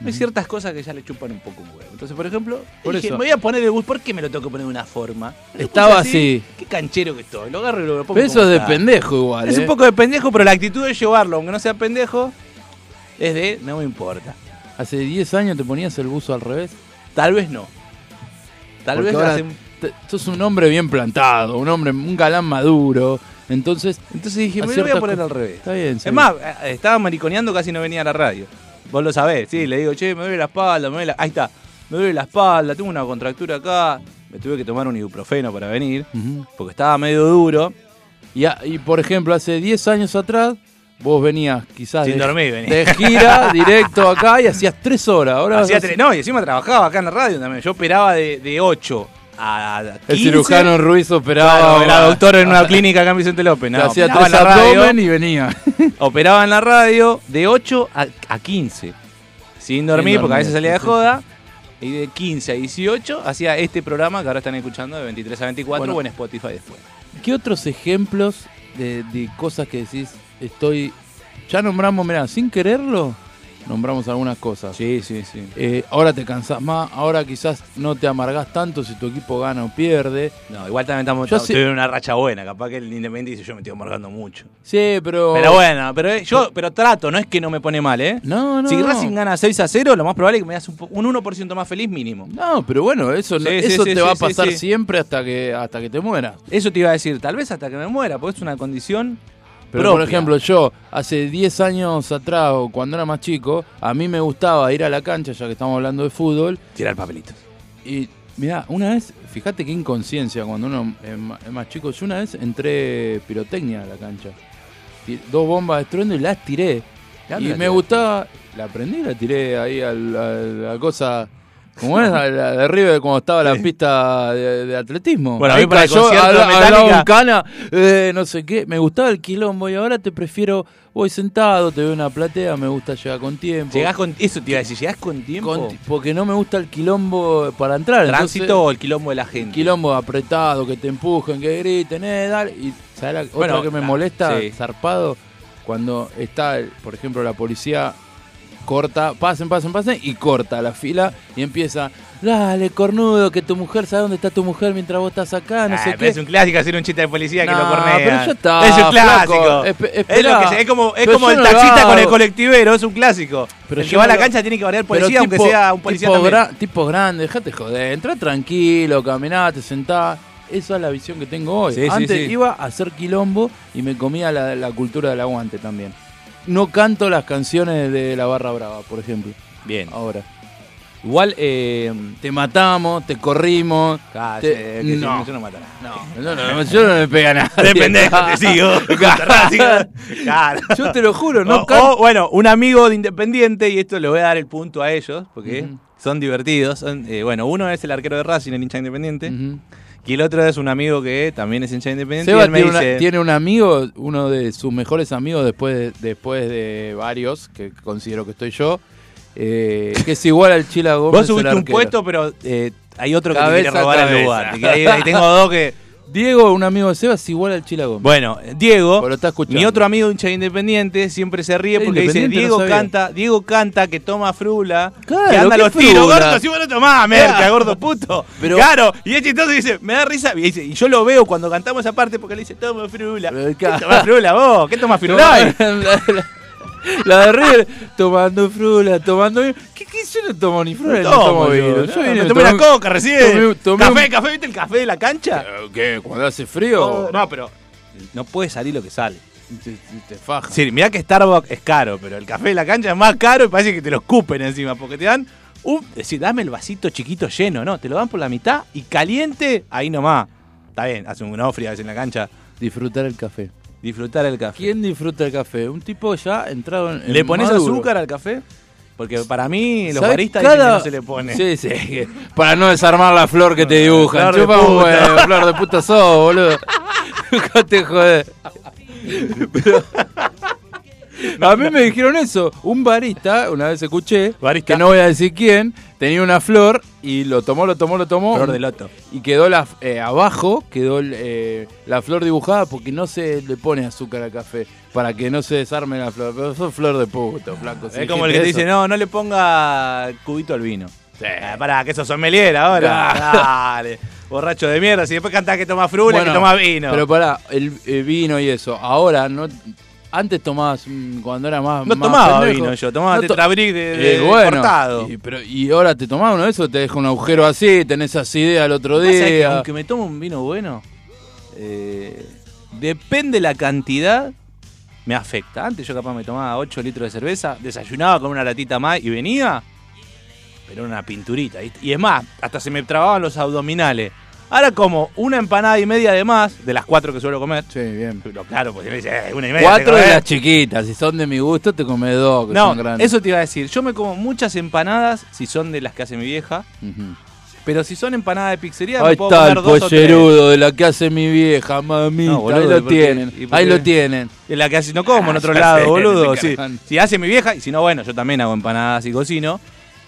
Speaker 4: hay ciertas cosas que ya le chupan un poco un huevo. Entonces, por ejemplo,
Speaker 5: Por
Speaker 4: dije,
Speaker 5: eso.
Speaker 4: me voy a poner el bus, ¿por qué me lo tengo que poner de una forma? Me lo
Speaker 5: Estaba
Speaker 4: puse
Speaker 5: así.
Speaker 4: Qué canchero que estoy, lo agarro y lo pongo.
Speaker 5: Pero eso
Speaker 4: como
Speaker 5: es de
Speaker 4: está.
Speaker 5: pendejo igual.
Speaker 4: Es
Speaker 5: ¿eh?
Speaker 4: un poco de pendejo, pero la actitud de llevarlo, aunque no sea pendejo, es de no me importa.
Speaker 5: Hace 10 años te ponías el buzo al revés.
Speaker 4: Tal vez no. Tal
Speaker 5: Porque
Speaker 4: vez
Speaker 5: ahora
Speaker 4: hace-
Speaker 5: te- sos un hombre bien plantado, un hombre, un galán maduro. Entonces,
Speaker 4: Entonces dije,
Speaker 5: a
Speaker 4: me lo voy a
Speaker 5: ciertas
Speaker 4: poner
Speaker 5: co-
Speaker 4: al revés.
Speaker 5: Está bien, sí.
Speaker 4: Es más, eh, estaba mariconeando, casi no venía a la radio. Vos lo sabés, sí, le digo, che, me duele la espalda, me duele la... Ahí está, me duele la espalda, tengo una contractura acá. Me tuve que tomar un ibuprofeno para venir,
Speaker 5: Ujú.
Speaker 4: porque estaba medio duro.
Speaker 5: Y, a- y, por ejemplo, hace 10 años atrás, vos venías quizás
Speaker 4: Sin
Speaker 5: de,
Speaker 4: dormir venía.
Speaker 5: de gira directo acá y hacías 3 horas. Ahora
Speaker 4: Hacía
Speaker 5: vas a-
Speaker 4: tele- No, y encima trabajaba acá en la radio también. Yo operaba de, de 8 a 15.
Speaker 5: El cirujano Ruiz operaba.
Speaker 4: Claro, era doctor en una clínica acá en Vicente López.
Speaker 5: te
Speaker 4: No,
Speaker 5: hacía
Speaker 4: operaba
Speaker 5: tres
Speaker 4: en la radio.
Speaker 5: abdomen y venía.
Speaker 4: operaba en la radio de 8 a, a 15. Sin dormir,
Speaker 5: dormir,
Speaker 4: porque a veces salía de
Speaker 5: sí, sí.
Speaker 4: joda. Y de 15 a 18 hacía este programa que ahora están escuchando de 23 a 24
Speaker 5: Bueno.
Speaker 4: o en Spotify después.
Speaker 5: ¿Qué otros ejemplos de, de cosas que decís estoy. Ya nombramos, mirá, sin quererlo, nombramos algunas cosas.
Speaker 4: Sí, sí, sí.
Speaker 5: Eh, ahora te cansás más, ahora quizás no te amargás tanto si tu equipo gana o pierde.
Speaker 4: No, igual también estamos
Speaker 5: Yo
Speaker 4: estamos-
Speaker 5: sí-
Speaker 4: estoy en una racha buena. Capaz que el Independiente dice yo me estoy amargando mucho.
Speaker 5: Sí, pero.
Speaker 4: Pero bueno, pero eh, yo pero trato, no es que no me pone mal, ¿eh?
Speaker 5: No, no,
Speaker 4: Si
Speaker 5: no.
Speaker 4: Racing gana 6 a 0, lo más probable es que me das un, po- un 1% más feliz mínimo.
Speaker 5: No, pero bueno, eso, no-
Speaker 4: Sí, sí,
Speaker 5: eso
Speaker 4: sí,
Speaker 5: te va a
Speaker 4: sí,
Speaker 5: pasar
Speaker 4: sí, sí.
Speaker 5: siempre hasta que, hasta que te mueras.
Speaker 4: Eso te iba a decir, tal vez hasta que me muera, porque es una condición.
Speaker 5: Pero por
Speaker 4: propia.
Speaker 5: ejemplo, yo hace 10 años atrás o cuando era más chico, a mí me gustaba ir a la cancha, ya que estamos hablando de fútbol,
Speaker 4: tirar papelitos.
Speaker 5: Y mira, una vez, fíjate qué inconsciencia cuando uno es ma- es más chico. Yo una vez entré pirotecnia a la cancha. Ti- Dos bombas de estruendo y las tiré.
Speaker 4: ¿De dónde
Speaker 5: Y
Speaker 4: la
Speaker 5: me
Speaker 4: tiraste?
Speaker 5: gustaba, la prendí y la tiré ahí al- al- a la, cosa. Como es la, la de River cuando estaba la pista de, de atletismo.
Speaker 4: Bueno, a
Speaker 5: ahí
Speaker 4: mí para el concierto
Speaker 5: al,
Speaker 4: de
Speaker 5: al lado
Speaker 4: Metallica.
Speaker 5: un cana, eh, no sé qué. Me gustaba el quilombo y ahora te prefiero, voy sentado, te veo en una platea, me gusta llegar con tiempo.
Speaker 4: Llegás con. Eso te iba a decir, llegás con tiempo.
Speaker 5: Con- porque no me gusta el quilombo para entrar.
Speaker 4: Tránsito
Speaker 5: entonces-
Speaker 4: o el quilombo de la gente.
Speaker 5: quilombo apretado, que te empujen, que griten, eh, dale. Y ¿sabes la otra
Speaker 4: Bueno,
Speaker 5: que me
Speaker 4: ah,
Speaker 5: molesta,
Speaker 4: sí.
Speaker 5: zarpado, cuando está, el- por ejemplo, la policía corta, pasen, pasen, pasen, y corta la fila y empieza, dale, cornudo, que tu mujer sabe dónde está tu mujer mientras vos estás acá, no
Speaker 4: Ah,
Speaker 5: sé
Speaker 4: pero
Speaker 5: qué.
Speaker 4: Es un clásico hacer un chiste de policía que lo
Speaker 5: Nah,
Speaker 4: cornea.
Speaker 5: pero ya está,
Speaker 4: Es un
Speaker 5: flaco.
Speaker 4: clásico.
Speaker 5: Espe-
Speaker 4: es, lo que
Speaker 5: esperá.
Speaker 4: se- es como, es
Speaker 5: Pero
Speaker 4: como
Speaker 5: yo
Speaker 4: el
Speaker 5: no lo
Speaker 4: taxista con el
Speaker 5: hago.
Speaker 4: colectivero, es un clásico.
Speaker 5: Pero
Speaker 4: el
Speaker 5: yo
Speaker 4: que va a
Speaker 5: no
Speaker 4: la
Speaker 5: lo-
Speaker 4: cancha tiene que variar
Speaker 5: Pero
Speaker 4: policía, aunque
Speaker 5: tipo-
Speaker 4: sea un policía
Speaker 5: tipo,
Speaker 4: también.
Speaker 5: gra- tipo grande, dejate joder, entrá tranquilo, caminá, te sentá. Esa es la visión que tengo hoy.
Speaker 6: Sí, sí,
Speaker 5: Antes
Speaker 6: sí.
Speaker 5: iba a hacer quilombo y me comía la, la cultura del aguante también. No canto las canciones de la barra brava, por ejemplo.
Speaker 6: Bien.
Speaker 5: Ahora. em,
Speaker 6: Igual, eh,
Speaker 5: Te matamos, te corrimos.
Speaker 4: Ah, sí,
Speaker 5: te-
Speaker 4: que
Speaker 5: eh, no.
Speaker 4: yo no matará.
Speaker 5: No, no, no, yo no le pega nada.
Speaker 4: De pendejo te sigo. claro.
Speaker 5: Yo te lo juro, no
Speaker 4: o,
Speaker 5: canto.
Speaker 4: o, bueno, un amigo de Independiente, y esto le voy a dar el punto a ellos, porque
Speaker 5: Ujú.
Speaker 4: son divertidos. son, eh, bueno, uno es el arquero de Racing, el hincha de Independiente,
Speaker 5: Ujú.
Speaker 4: y el otro es un amigo que también es hincha de Independiente. y
Speaker 5: Seba
Speaker 4: él me
Speaker 5: tiene, una-
Speaker 4: dice,
Speaker 5: tiene un amigo, uno de sus mejores amigos después de, después de varios, que considero que estoy yo, eh, que es igual al Chila Gómez.
Speaker 4: Vos
Speaker 5: el
Speaker 4: subiste un
Speaker 5: arquero.
Speaker 4: puesto, pero eh, hay otro que te
Speaker 5: Cabeza
Speaker 4: quiere
Speaker 5: a
Speaker 4: robar el
Speaker 5: cabeza.
Speaker 4: lugar. Te quiere ir- ahí tengo dos que.
Speaker 5: Diego, un amigo de Seba, es igual al Chila Gómez.
Speaker 4: Bueno, Diego,
Speaker 5: Pero Pues lo está escuchando.
Speaker 4: mi otro amigo hincha de Independiente, siempre se ríe
Speaker 5: ¿Es
Speaker 4: porque dice:
Speaker 5: Independiente? No
Speaker 4: Diego
Speaker 5: sabía.
Speaker 4: canta, Diego canta que toma frula,
Speaker 5: Claro,
Speaker 4: que anda a
Speaker 5: ¿qué
Speaker 4: los tiros,
Speaker 5: frula?
Speaker 4: gordo, si vos no tomás, merca, gordo puto.
Speaker 5: Pero-
Speaker 4: claro, y es chistoso y dice: Me da risa. Y, dice- y yo lo veo cuando cantamos esa parte porque le dice: Toma frula.
Speaker 5: Pero,
Speaker 4: ¿Qué
Speaker 5: claro.
Speaker 4: tomás frula vos? ¿Qué tomás
Speaker 5: Pero
Speaker 4: frula?
Speaker 5: la, la- la de River, tomando frula, tomando vino. ¿Qué, qué? Yo no tomo ni frula, no, tomo
Speaker 4: yo,
Speaker 5: vino. Yo vine,
Speaker 4: me tomé la
Speaker 5: tomé-
Speaker 4: coca recién.
Speaker 5: tomé- tomé
Speaker 4: café,
Speaker 5: un-
Speaker 4: café, ¿viste el café de la cancha?
Speaker 5: ¿Qué? Eh, Cuando hace frío,
Speaker 4: Oh, no, pero no puede salir lo que sale.
Speaker 5: te, te faja.
Speaker 4: Sí, mirá que Starbucks es caro, pero el café de la cancha es más caro y parece que te lo escupen encima, porque te dan un... Es decir, dame el vasito chiquito lleno, ¿no? Te lo dan por la mitad y caliente, ahí nomás. Está bien, hace un ofri a veces en la cancha.
Speaker 5: Disfrutar el café.
Speaker 4: Disfrutar el café.
Speaker 5: ¿Quién disfruta el café? Un tipo ya entrado en.
Speaker 4: ¿Le
Speaker 5: en
Speaker 4: pones
Speaker 5: maduro.
Speaker 4: azúcar al café? Porque para mí los
Speaker 5: ¿Sabes?
Speaker 4: baristas
Speaker 5: Cada-
Speaker 4: dicen que no se le pone.
Speaker 5: Sí, sí. Para no desarmar la flor que te dibujan.
Speaker 4: Flor de
Speaker 5: Chupa un
Speaker 4: puta.
Speaker 5: huevo, flor de puta sos, boludo. Dejate joder. Pero- a mí me dijeron eso. Un barista, una vez escuché,
Speaker 4: Barista.
Speaker 5: que no voy a decir quién, tenía una flor y lo tomó, lo tomó, lo tomó.
Speaker 4: Flor de loto.
Speaker 5: Y quedó la, eh, abajo, quedó eh, la flor dibujada porque no se le pone azúcar al café para que no se desarme la flor. Pero eso es flor de puto, flaco.
Speaker 4: Es como el que te dice, no, no le ponga cubito al vino. Ah, pará, que sos sommelier ahora. Dale. Borracho de mierda. Si después cantás que toma frula,
Speaker 5: Bueno,
Speaker 4: que toma vino.
Speaker 5: Pero pará, el, el vino y eso. Ahora, no antes tomabas, mm, cuando era más.
Speaker 4: No
Speaker 5: más
Speaker 4: tomaba
Speaker 5: pendejo,
Speaker 4: vino yo, tomaba
Speaker 5: to-
Speaker 4: tetrabric de, de
Speaker 5: Eh, bueno,
Speaker 4: cortado.
Speaker 5: Y, pero, y ahora te tomás uno de esos, te deja un agujero así, tenés esa idea el otro
Speaker 4: Pasa que
Speaker 5: día.
Speaker 4: aunque me tomo un vino bueno, eh, depende la cantidad, me afecta. Antes yo capaz me tomaba 8 litros de cerveza, desayunaba con una latita más y venía, pero era una pinturita. ¿viste? Y es más, hasta se me trababan los abdominales. Ahora como una empanada y media de más, de las cuatro que suelo comer.
Speaker 5: Sí, bien.
Speaker 4: Pero claro, pues si me dice, "Eh, una y media. te
Speaker 5: Cuatro de
Speaker 4: comés".
Speaker 5: las chiquitas, si son de mi gusto, te comes dos, que son
Speaker 4: No,
Speaker 5: grandes.
Speaker 4: eso te iba a decir. Yo me como muchas empanadas, si son de las que hace mi vieja.
Speaker 5: Ujú.
Speaker 4: Pero si son empanadas de pizzería,
Speaker 5: Ahí
Speaker 4: me puedo
Speaker 5: está
Speaker 4: comer
Speaker 5: el
Speaker 4: dos o tres.
Speaker 5: pollerudo de la que hace mi vieja, mamita.
Speaker 4: No, boludo,
Speaker 5: ahí
Speaker 4: ¿y
Speaker 5: lo
Speaker 4: por qué? ¿Y
Speaker 5: tienen,
Speaker 4: por
Speaker 5: ahí
Speaker 4: qué?
Speaker 5: lo tienen.
Speaker 4: Es la que hace, no como en
Speaker 5: Ah,
Speaker 4: otro
Speaker 5: ya
Speaker 4: lado,
Speaker 5: sé,
Speaker 4: boludo.
Speaker 5: te
Speaker 4: Si,
Speaker 5: carajan.
Speaker 4: si hace mi vieja, y si no, bueno, yo también hago empanadas y cocino.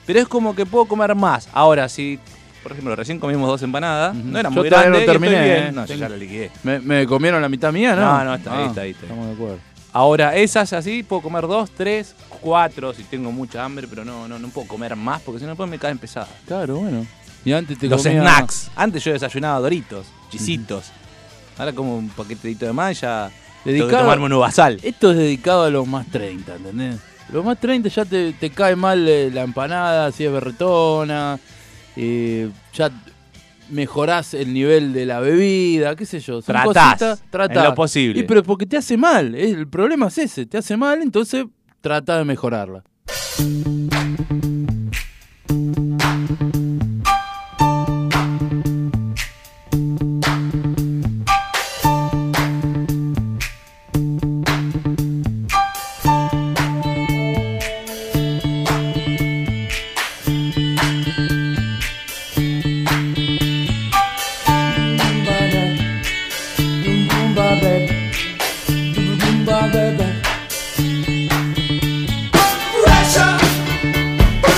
Speaker 4: Pero es como que puedo comer más. Ahora, si, por ejemplo, recién comimos dos empanadas,
Speaker 5: Ujú.
Speaker 4: no eran
Speaker 5: Yo
Speaker 4: muy
Speaker 5: todavía no
Speaker 4: grandes. y estoy
Speaker 5: terminé,
Speaker 4: bien.
Speaker 5: eh.
Speaker 4: No, yo
Speaker 5: Tengo-
Speaker 4: ya la liquidé.
Speaker 5: ¿Me, me comieron la mitad mía, no? Ah,
Speaker 4: No, no, está ahí, está ahí, está ahí.
Speaker 5: Estamos de acuerdo.
Speaker 4: Ahora, esas así, puedo comer dos, tres, cuatro, si tengo mucha hambre, pero no, no, no puedo comer más, porque si no, después me caen pesadas.
Speaker 5: Claro, bueno. Y antes te
Speaker 4: Los
Speaker 5: comía-
Speaker 4: snacks. Antes yo desayunaba doritos, chisitos. Ahora como un paquetito de malla. Tengo que
Speaker 5: Dedicado-
Speaker 4: tomarme un uvasal.
Speaker 5: Esto es dedicado a los más 30, ¿entendés? Los más 30 ya te, te cae mal eh, la empanada, si es berretona, eh, ya mejorás el nivel de la bebida, qué sé yo. Son
Speaker 4: Tratás,
Speaker 5: cositas-
Speaker 4: en
Speaker 5: tratás.
Speaker 4: lo posible.
Speaker 5: Y pero porque te hace mal, eh, el problema es ese, te hace mal, entonces trata de mejorarla.
Speaker 2: Russia,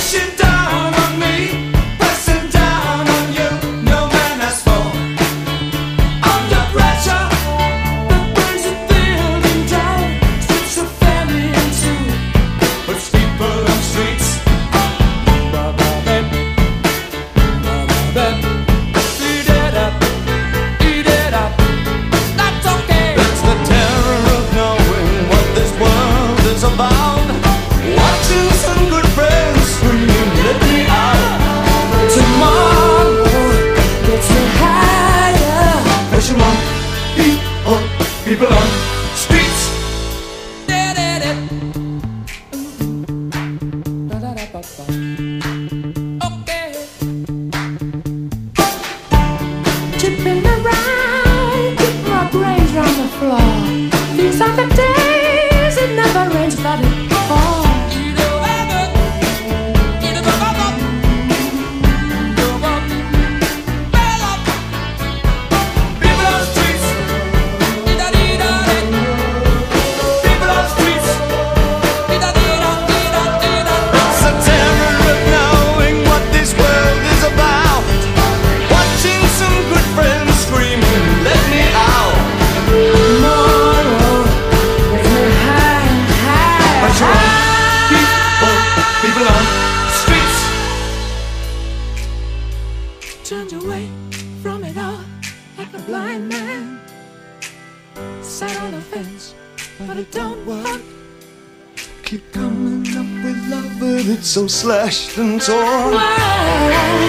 Speaker 7: Chipping around, keep my brains round the floor. These are the days it never rains, but it falls. Turned away from it all like a blind man. Sat on the fence, but it don't work.
Speaker 2: Keep coming up with love, but it's so slashed and torn.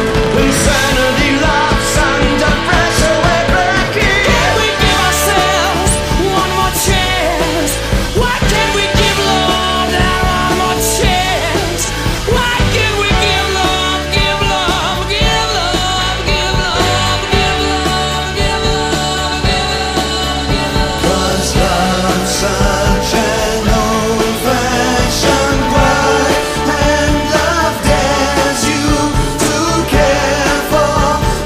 Speaker 2: Insanity laughs under pressure, we're breaking.
Speaker 7: Can we give ourselves one more chance? Why can't we give love now one more chance? Why can't we give love, give love, give love, give love, give love, give love, give love?
Speaker 2: Cause love's such an old-fashioned word, and love dares you to care for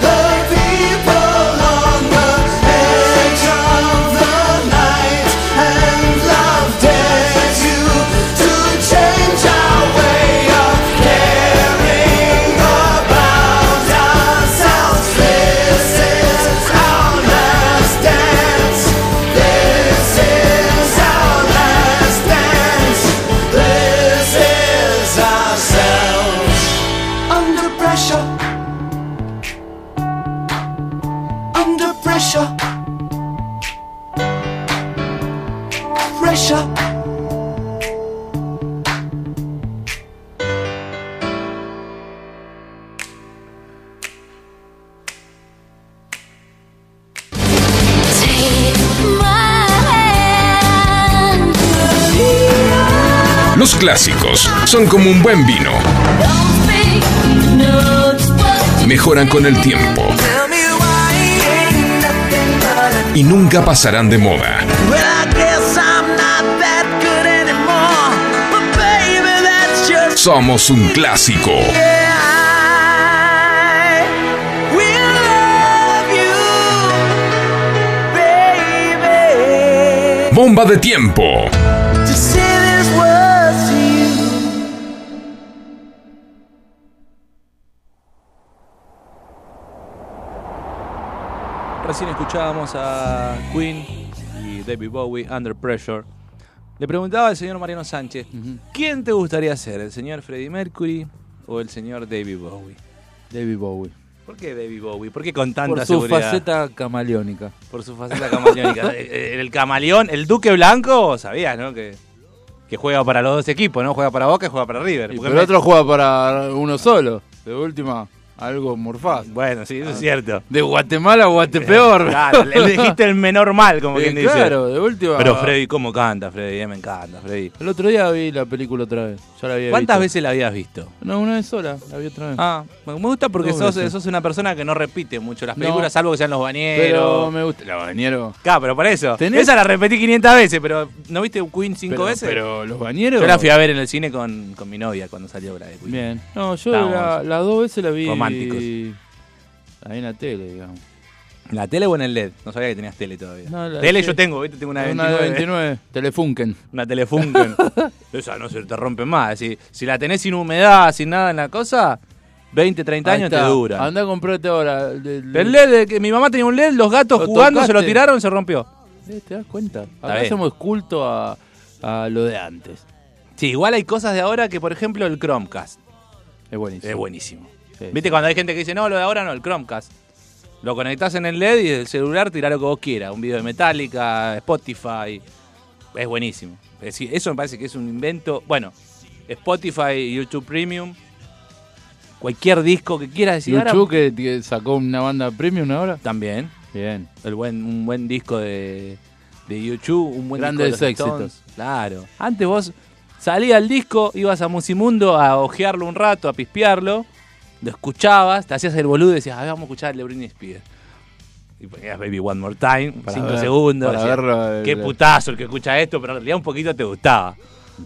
Speaker 2: the people on the edge of the night, and love dares you to change our way of caring about ourselves. This is our last dance. This is our last dance. This is ourselves under pressure. Under pressure. Pressure.
Speaker 1: Los clásicos son como un buen vino. Mejoran con el tiempo. Y nunca pasarán de moda.
Speaker 2: Well, I guess I'm not that good anymore. But baby, that's just
Speaker 1: Somos un clásico.
Speaker 2: I will love you, baby.
Speaker 1: Bomba de tiempo.
Speaker 2: To say this was to you.
Speaker 4: Recién escuchábamos a Queen y David Bowie, Under Pressure. Le preguntaba al señor Mariano Sánchez, ¿quién te gustaría ser? ¿El señor Freddie Mercury o el señor David Bowie?
Speaker 5: David Bowie.
Speaker 4: ¿Por qué David Bowie? ¿Por qué con tanta
Speaker 5: Por su
Speaker 4: seguridad?
Speaker 5: faceta camaleónica.
Speaker 4: Por su faceta camaleónica. Eh, eh, el camaleón, el duque blanco, sabías, ¿no? Que, que juega para los dos equipos, ¿no? Juega para Boca y juega para River.
Speaker 5: Y
Speaker 4: Porque
Speaker 5: pero
Speaker 4: me-
Speaker 5: otro juega para uno solo. De última, algo morfás.
Speaker 4: Bueno, sí, eso
Speaker 5: Ah.
Speaker 4: es cierto.
Speaker 5: De Guatemala a Guatepeor.
Speaker 4: Claro, le, le dijiste el menor mal, como
Speaker 5: Eh,
Speaker 4: quien dice.
Speaker 5: claro, de última.
Speaker 4: Pero Freddy, ¿cómo canta, Freddy? Eh, me encanta, Freddy.
Speaker 5: El otro día vi la película otra vez. Ya la había
Speaker 4: ¿Cuántas
Speaker 5: visto.
Speaker 4: veces la habías visto?
Speaker 5: No, una vez sola. La vi otra vez.
Speaker 4: Ah, me me gusta porque
Speaker 5: Dos
Speaker 4: sos,
Speaker 5: veces.
Speaker 4: sos una persona que no repite mucho las
Speaker 5: No.
Speaker 4: películas, salvo que sean los
Speaker 5: pero
Speaker 4: bañeros.
Speaker 5: me gusta. Los bañeros.
Speaker 4: Claro, pero por eso.
Speaker 5: ¿Tenés?
Speaker 4: Esa la repetí 500 veces, pero ¿no viste Queen cinco
Speaker 5: Pero-
Speaker 4: veces?
Speaker 5: Pero los bañeros.
Speaker 4: Yo la fui a ver en el cine con, con mi novia cuando salió la de Queen.
Speaker 5: Bien. No, yo
Speaker 4: Estábamos
Speaker 5: la- las dos veces la vi.
Speaker 4: románticos.
Speaker 5: Ahí en la tele, digamos.
Speaker 4: ¿En la tele o en el LED? No sabía que tenías tele todavía.
Speaker 5: No, la
Speaker 4: tele
Speaker 5: tele.
Speaker 4: yo tengo, ¿viste? Tengo una de
Speaker 5: Una
Speaker 4: 29.
Speaker 5: de 29. Telefunken.
Speaker 4: Una Telefunken. Esa no se te rompe más. Si, si la tenés sin humedad, sin nada en la cosa, 20, 30
Speaker 5: Ahí
Speaker 4: años te
Speaker 5: está.
Speaker 4: dura.
Speaker 5: Andá a comprarte ahora. de- de-
Speaker 4: El LED, de que mi mamá tenía un LED, los gatos
Speaker 5: Lo
Speaker 4: jugando se lo
Speaker 5: tocaste.
Speaker 4: tiraron, se rompió.
Speaker 5: Eh, ¿Te das cuenta? Acá
Speaker 4: bien.
Speaker 5: somos culto a, a lo de antes.
Speaker 4: Sí, igual hay cosas de ahora que, por ejemplo, el Chromecast.
Speaker 5: Es buenísimo.
Speaker 4: Es buenísimo.
Speaker 5: Sí,
Speaker 4: ¿Viste cuando hay gente que dice, no, lo de ahora no, el Chromecast? Lo conectás en el LED y el celular tirá lo que vos quieras. Un video de Metallica, Spotify. Es buenísimo. Es decir, Eso me parece que es un invento. Bueno, Spotify, YouTube Premium, Cualquier disco que quieras decir. ahora-
Speaker 5: Luchu que, que sacó una banda premium ahora.
Speaker 4: También.
Speaker 5: Bien.
Speaker 4: El buen, un buen disco de, de YouTube, un buen
Speaker 5: Grandes
Speaker 4: disco de los
Speaker 5: éxitos.
Speaker 4: Stones. Claro. Antes vos salías al disco, ibas a Musimundo a ojearlo un rato, a pispearlo, lo escuchabas, te hacías el boludo y decías, a ver, vamos a escuchar el de Britney Spears. Y ponías Baby One More Time,
Speaker 5: Para
Speaker 4: cinco
Speaker 5: ver-
Speaker 4: segundos.
Speaker 5: para
Speaker 4: decías,
Speaker 5: verlo, el-
Speaker 4: Qué putazo el que escucha esto, pero en realidad un poquito te gustaba.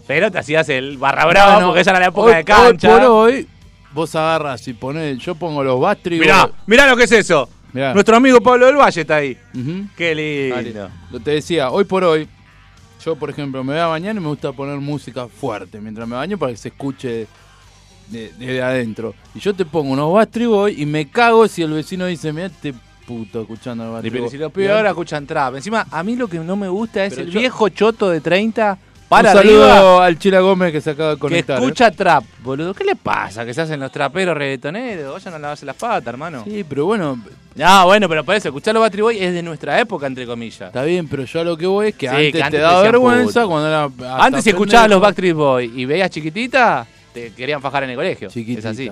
Speaker 4: Pero te hacías el barra brava
Speaker 5: Bueno,
Speaker 4: porque esa era la época
Speaker 5: hoy-
Speaker 4: de cancha.
Speaker 5: hoy por hoy, vos agarras y pones, yo pongo los Bastrios.
Speaker 4: mirá, mirá lo que es eso.
Speaker 5: Mirá.
Speaker 4: Nuestro amigo Pablo del Valle está ahí. Qué lindo.
Speaker 5: Lo te decía, hoy por hoy, yo por ejemplo me voy a bañar y me gusta poner música fuerte mientras me baño para que se escuche de- desde adentro. Y yo te pongo unos Backstreet Boys y me cago si el vecino dice, mira este puto escuchando los Backstreet Boys".
Speaker 4: Si los pibes ahora escuchan trap. Encima, a mí lo que no me gusta es
Speaker 5: Pero
Speaker 4: el
Speaker 5: yo-
Speaker 4: viejo choto de 30 para
Speaker 5: Un saludo
Speaker 4: arriba
Speaker 5: al Chila Gómez que se acaba de
Speaker 4: que
Speaker 5: conectar. ¿eh?
Speaker 4: escucha trap, boludo. ¿Qué le pasa? Que se hacen los traperos reggaetoneros. Vayan a lavarse las patas, hermano.
Speaker 5: Sí, pero bueno,
Speaker 4: No, bueno, pero por eso, escuchar los Battery Boy es de nuestra época, entre comillas.
Speaker 5: está bien, pero yo a lo que voy es
Speaker 4: Sí,
Speaker 5: que antes,
Speaker 4: que antes
Speaker 5: te
Speaker 4: te
Speaker 5: daba
Speaker 4: decían
Speaker 5: vergüenza
Speaker 4: puto.
Speaker 5: cuando era. hasta
Speaker 4: Antes, si escuchabas
Speaker 5: pendejo.
Speaker 4: los Backstreet Boy y veías chiquitita, te querían fajar en el colegio.
Speaker 5: Chiquitita.
Speaker 4: Es así.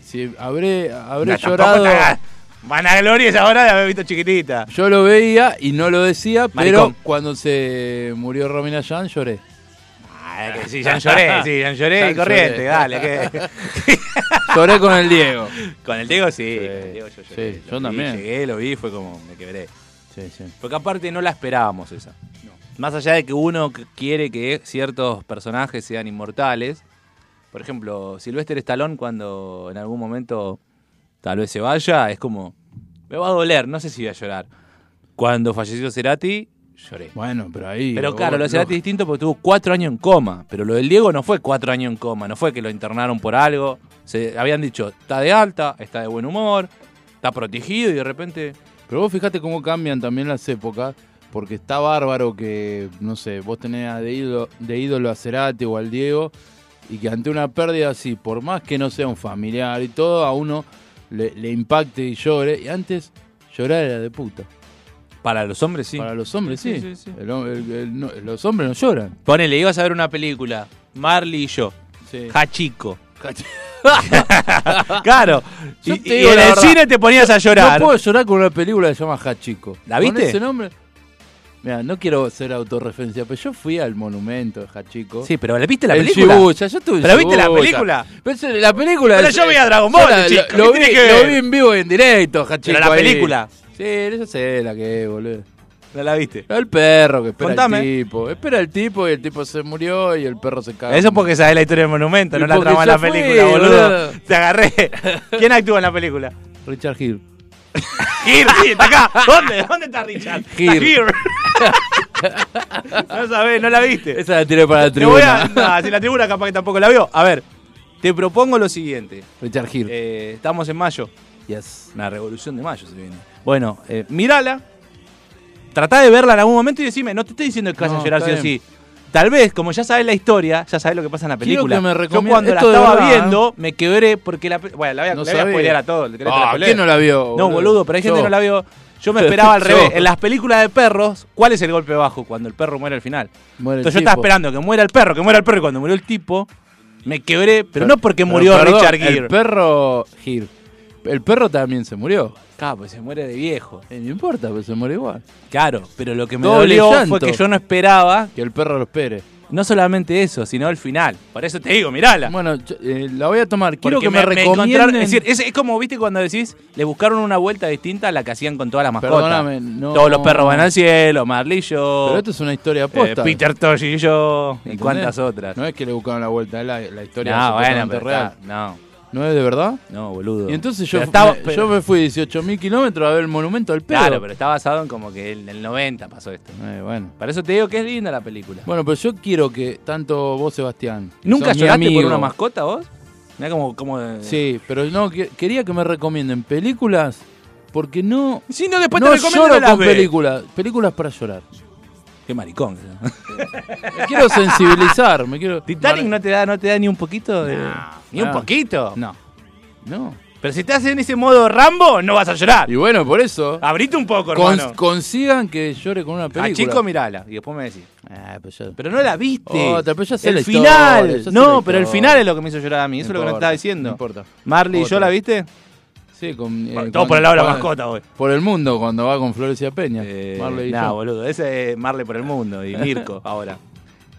Speaker 5: Si, si habré, habré
Speaker 4: No, tampoco
Speaker 5: llorado.
Speaker 4: te hagas Vanaglorias ahora de haber visto chiquitita.
Speaker 5: Yo lo veía y no lo decía,
Speaker 4: Maricón.
Speaker 5: pero cuando se murió Romina Yan lloré.
Speaker 4: Ah, que sí, ya lloré, sí, ya lloré
Speaker 5: Ya
Speaker 4: y corriente,
Speaker 5: lloré.
Speaker 4: dale. que-
Speaker 5: Lloré con el Diego.
Speaker 4: Con el Diego sí.
Speaker 5: Sí.
Speaker 4: con el Diego yo
Speaker 5: Sí,
Speaker 4: lloré.
Speaker 5: yo
Speaker 4: vi,
Speaker 5: también.
Speaker 4: Llegué, lo vi, fue como me quebré.
Speaker 5: Sí, sí.
Speaker 4: Porque aparte no la esperábamos esa. Más allá de que uno c- quiere que ciertos personajes sean inmortales. Por ejemplo, Sylvester Stallone cuando en algún momento tal vez se vaya, es como, me va a doler, no sé si voy a llorar. Cuando falleció Cerati, lloré.
Speaker 5: Bueno, pero ahí.
Speaker 4: Pero claro,
Speaker 5: vos-
Speaker 4: lo de Cerati es distinto porque tuvo cuatro años en coma. Pero lo del Diego no fue cuatro años en coma, no fue que lo internaron por algo. Se habían dicho, está de alta, está de buen humor, está protegido y de repente.
Speaker 5: Pero vos fijate cómo cambian también las épocas, porque está bárbaro que, no sé, vos tenés a de ídolo, de ídolo a Cerati o al Diego, y que ante una pérdida así, por más que no sea un familiar y todo, a uno le, le impacte y llore. Y antes llorar era de puta.
Speaker 4: Para los hombres sí.
Speaker 5: Para los hombres sí.
Speaker 4: Sí, sí, sí.
Speaker 5: El hom- el- el- no- los hombres no lloran.
Speaker 4: Ponele, ibas a ver una película, Marley y yo,
Speaker 5: Sí.
Speaker 4: Hachico. claro.
Speaker 5: Yo
Speaker 4: y
Speaker 5: te
Speaker 4: y
Speaker 5: digo
Speaker 4: en
Speaker 5: la
Speaker 4: el
Speaker 5: verdad.
Speaker 4: cine te ponías a llorar.
Speaker 5: No puedo llorar con una película que se llama Hachico.
Speaker 4: ¿La viste?
Speaker 5: Con ese nombre. Mira, no quiero ser autorreferencia, pero yo fui al monumento de Hachico.
Speaker 4: sí, pero ¿le viste la
Speaker 5: En
Speaker 4: película?
Speaker 5: Shibuya, yo estuve en
Speaker 4: ¿Pero viste la
Speaker 5: Shibuya.
Speaker 4: película?
Speaker 5: Pero es- la película.
Speaker 4: Pero
Speaker 5: es-
Speaker 4: yo vi a Dragon
Speaker 5: yo
Speaker 4: Ball,
Speaker 5: la-
Speaker 4: chico,
Speaker 5: Lo, lo
Speaker 4: ¿qué
Speaker 5: vi,
Speaker 4: tiene que ver?
Speaker 5: lo vi en vivo y en directo, Hachico.
Speaker 4: Pero la
Speaker 5: ahí.
Speaker 4: película.
Speaker 5: Sí, esa sé la que es, boludo.
Speaker 4: No la viste.
Speaker 5: El perro que espera
Speaker 4: Contame.
Speaker 5: al tipo. Espera el tipo y el tipo se murió y el perro se caga.
Speaker 4: Eso porque sabés la historia del monumento,
Speaker 5: Y
Speaker 4: no la
Speaker 5: porque
Speaker 4: trama de la
Speaker 5: ya fue,
Speaker 4: película, boludo.
Speaker 5: boludo.
Speaker 4: Te agarré. ¿Quién actúa en la película?
Speaker 5: Richard Hill.
Speaker 4: Gir, sí, está acá. ¿Dónde? ¿Dónde está Richard? Está
Speaker 5: Gir.
Speaker 4: here. no sabés, no la viste.
Speaker 5: Esa la tiré para la
Speaker 4: Te voy a-
Speaker 5: tribuna.
Speaker 4: no, si la tribuna capaz que tampoco la vio. A ver, te propongo lo siguiente.
Speaker 5: Richard Hill.
Speaker 4: Eh, estamos en mayo.
Speaker 5: yes.
Speaker 4: Una revolución de mayo se viene. Bueno, eh, mírala. Tratá de verla en algún momento y decime, no te estoy diciendo que vas
Speaker 5: No,
Speaker 4: a llorar sí
Speaker 5: está
Speaker 4: o
Speaker 5: bien.
Speaker 4: sí. Tal vez, como ya sabes la historia, ya sabes lo que pasa en la
Speaker 5: Quiero
Speaker 4: película.
Speaker 5: que me
Speaker 4: Yo
Speaker 5: recomiendas-
Speaker 4: cuando la
Speaker 5: esto de
Speaker 4: estaba
Speaker 5: verdad, ¿eh?
Speaker 4: viendo, me quebré porque la. pe- Bueno, la voy a, la
Speaker 5: No
Speaker 4: voy a
Speaker 5: sabía.
Speaker 4: spoilear a todos. ¿querés que te la
Speaker 5: Ah,
Speaker 4: spoilee?
Speaker 5: ¿Quién no la vio?
Speaker 4: No, boludo, pero hay gente
Speaker 5: Yo.
Speaker 4: que no la vio. Yo me esperaba al revés.
Speaker 5: Yo.
Speaker 4: En las películas de perros, ¿cuál es el golpe bajo? Cuando el perro muere al final.
Speaker 5: Muere el
Speaker 4: Entonces yo estaba
Speaker 5: tipo.
Speaker 4: esperando que muera el perro, que muera el perro. Y cuando murió el tipo, me quebré, pero, no porque
Speaker 5: Pero
Speaker 4: murió
Speaker 5: perdón,
Speaker 4: Richard
Speaker 5: El
Speaker 4: Gere.
Speaker 5: perro Gir. El perro también se murió.
Speaker 4: Claro, pues se muere de viejo.
Speaker 5: Eh, no importa, pero se muere igual.
Speaker 4: Claro, pero lo que me
Speaker 5: Doble
Speaker 4: dolió
Speaker 5: llanto.
Speaker 4: fue que yo no esperaba,
Speaker 5: Que el perro lo espere.
Speaker 4: no solamente eso, sino el final. Por eso te digo, mirala.
Speaker 5: Bueno, yo, eh, la voy a tomar. Quiero
Speaker 4: Porque
Speaker 5: que me, recomiendan.
Speaker 4: encontraron- Es decir, es, es como, viste, cuando decís, le buscaron una vuelta distinta a la que hacían con todas las mascotas.
Speaker 5: Perdóname, no.
Speaker 4: Todos los perros van al cielo, Marley y yo,
Speaker 5: pero esto es una historia
Speaker 4: eh,
Speaker 5: posta.
Speaker 4: Peter Tosh y yo, y
Speaker 5: ¿entendés?
Speaker 4: cuántas otras.
Speaker 5: No es que le buscaron la vuelta, es la, la historia
Speaker 4: No,
Speaker 5: supuestamente
Speaker 4: bueno, pero
Speaker 5: real.
Speaker 4: está- no,
Speaker 5: ¿No es de verdad?
Speaker 4: no, boludo.
Speaker 5: Y entonces yo,
Speaker 4: Pero estaba-
Speaker 5: me,
Speaker 4: pero-
Speaker 5: yo me fui 18.000 kilómetros a ver el monumento al perro.
Speaker 4: Claro, pero está basado en como que en el 90 pasó esto.
Speaker 5: Eh, bueno.
Speaker 4: Para eso te digo que es linda la película.
Speaker 5: Bueno, pero yo quiero que tanto vos, Sebastián. que
Speaker 4: ¿Nunca
Speaker 5: sos mi
Speaker 4: lloraste por
Speaker 5: amigo,
Speaker 4: una mascota vos? Mirá como... como
Speaker 5: Sí, pero no, que- quería que me recomienden películas porque no.
Speaker 4: Si no, después
Speaker 5: no
Speaker 4: te recomiendo
Speaker 5: lloro
Speaker 4: que las
Speaker 5: con
Speaker 4: veas.
Speaker 5: películas. Películas para llorar.
Speaker 4: Qué maricón. ¿no?
Speaker 5: Me quiero sensibilizar. Me quiero.
Speaker 4: Titanic no te da, no te da ni un poquito de. ni un
Speaker 5: no.
Speaker 4: poquito.
Speaker 5: No. No.
Speaker 4: Pero si te hacen ese modo Rambo, no vas a llorar.
Speaker 5: Y bueno, por eso.
Speaker 4: Abrite un poco,
Speaker 5: cons-
Speaker 4: hermano.
Speaker 5: consigan que llore con una
Speaker 4: A
Speaker 5: película.
Speaker 4: Ah, chico mirala y después me decís.
Speaker 5: Ah, pues yo-
Speaker 4: Pero no la viste.
Speaker 5: Otra, pero ya sé
Speaker 4: el
Speaker 5: la historia,
Speaker 4: final.
Speaker 5: ya sé
Speaker 4: no,
Speaker 5: la
Speaker 4: pero el
Speaker 5: historia.
Speaker 4: final es lo que me hizo llorar a mí. Eso es lo que me
Speaker 5: importa,
Speaker 4: estaba diciendo.
Speaker 5: No importa.
Speaker 4: Marley y yo
Speaker 5: Otra.
Speaker 4: la viste.
Speaker 5: Sí, con. eh,
Speaker 4: Bueno,
Speaker 5: cuando-
Speaker 4: todo por el lado de la
Speaker 5: cuando-
Speaker 4: mascota hoy.
Speaker 5: Por el mundo, cuando va con Florencia Peña. Marley y
Speaker 4: Eh, nah,
Speaker 5: yo.
Speaker 4: boludo. Ese es Marley por el mundo y Mirko ahora.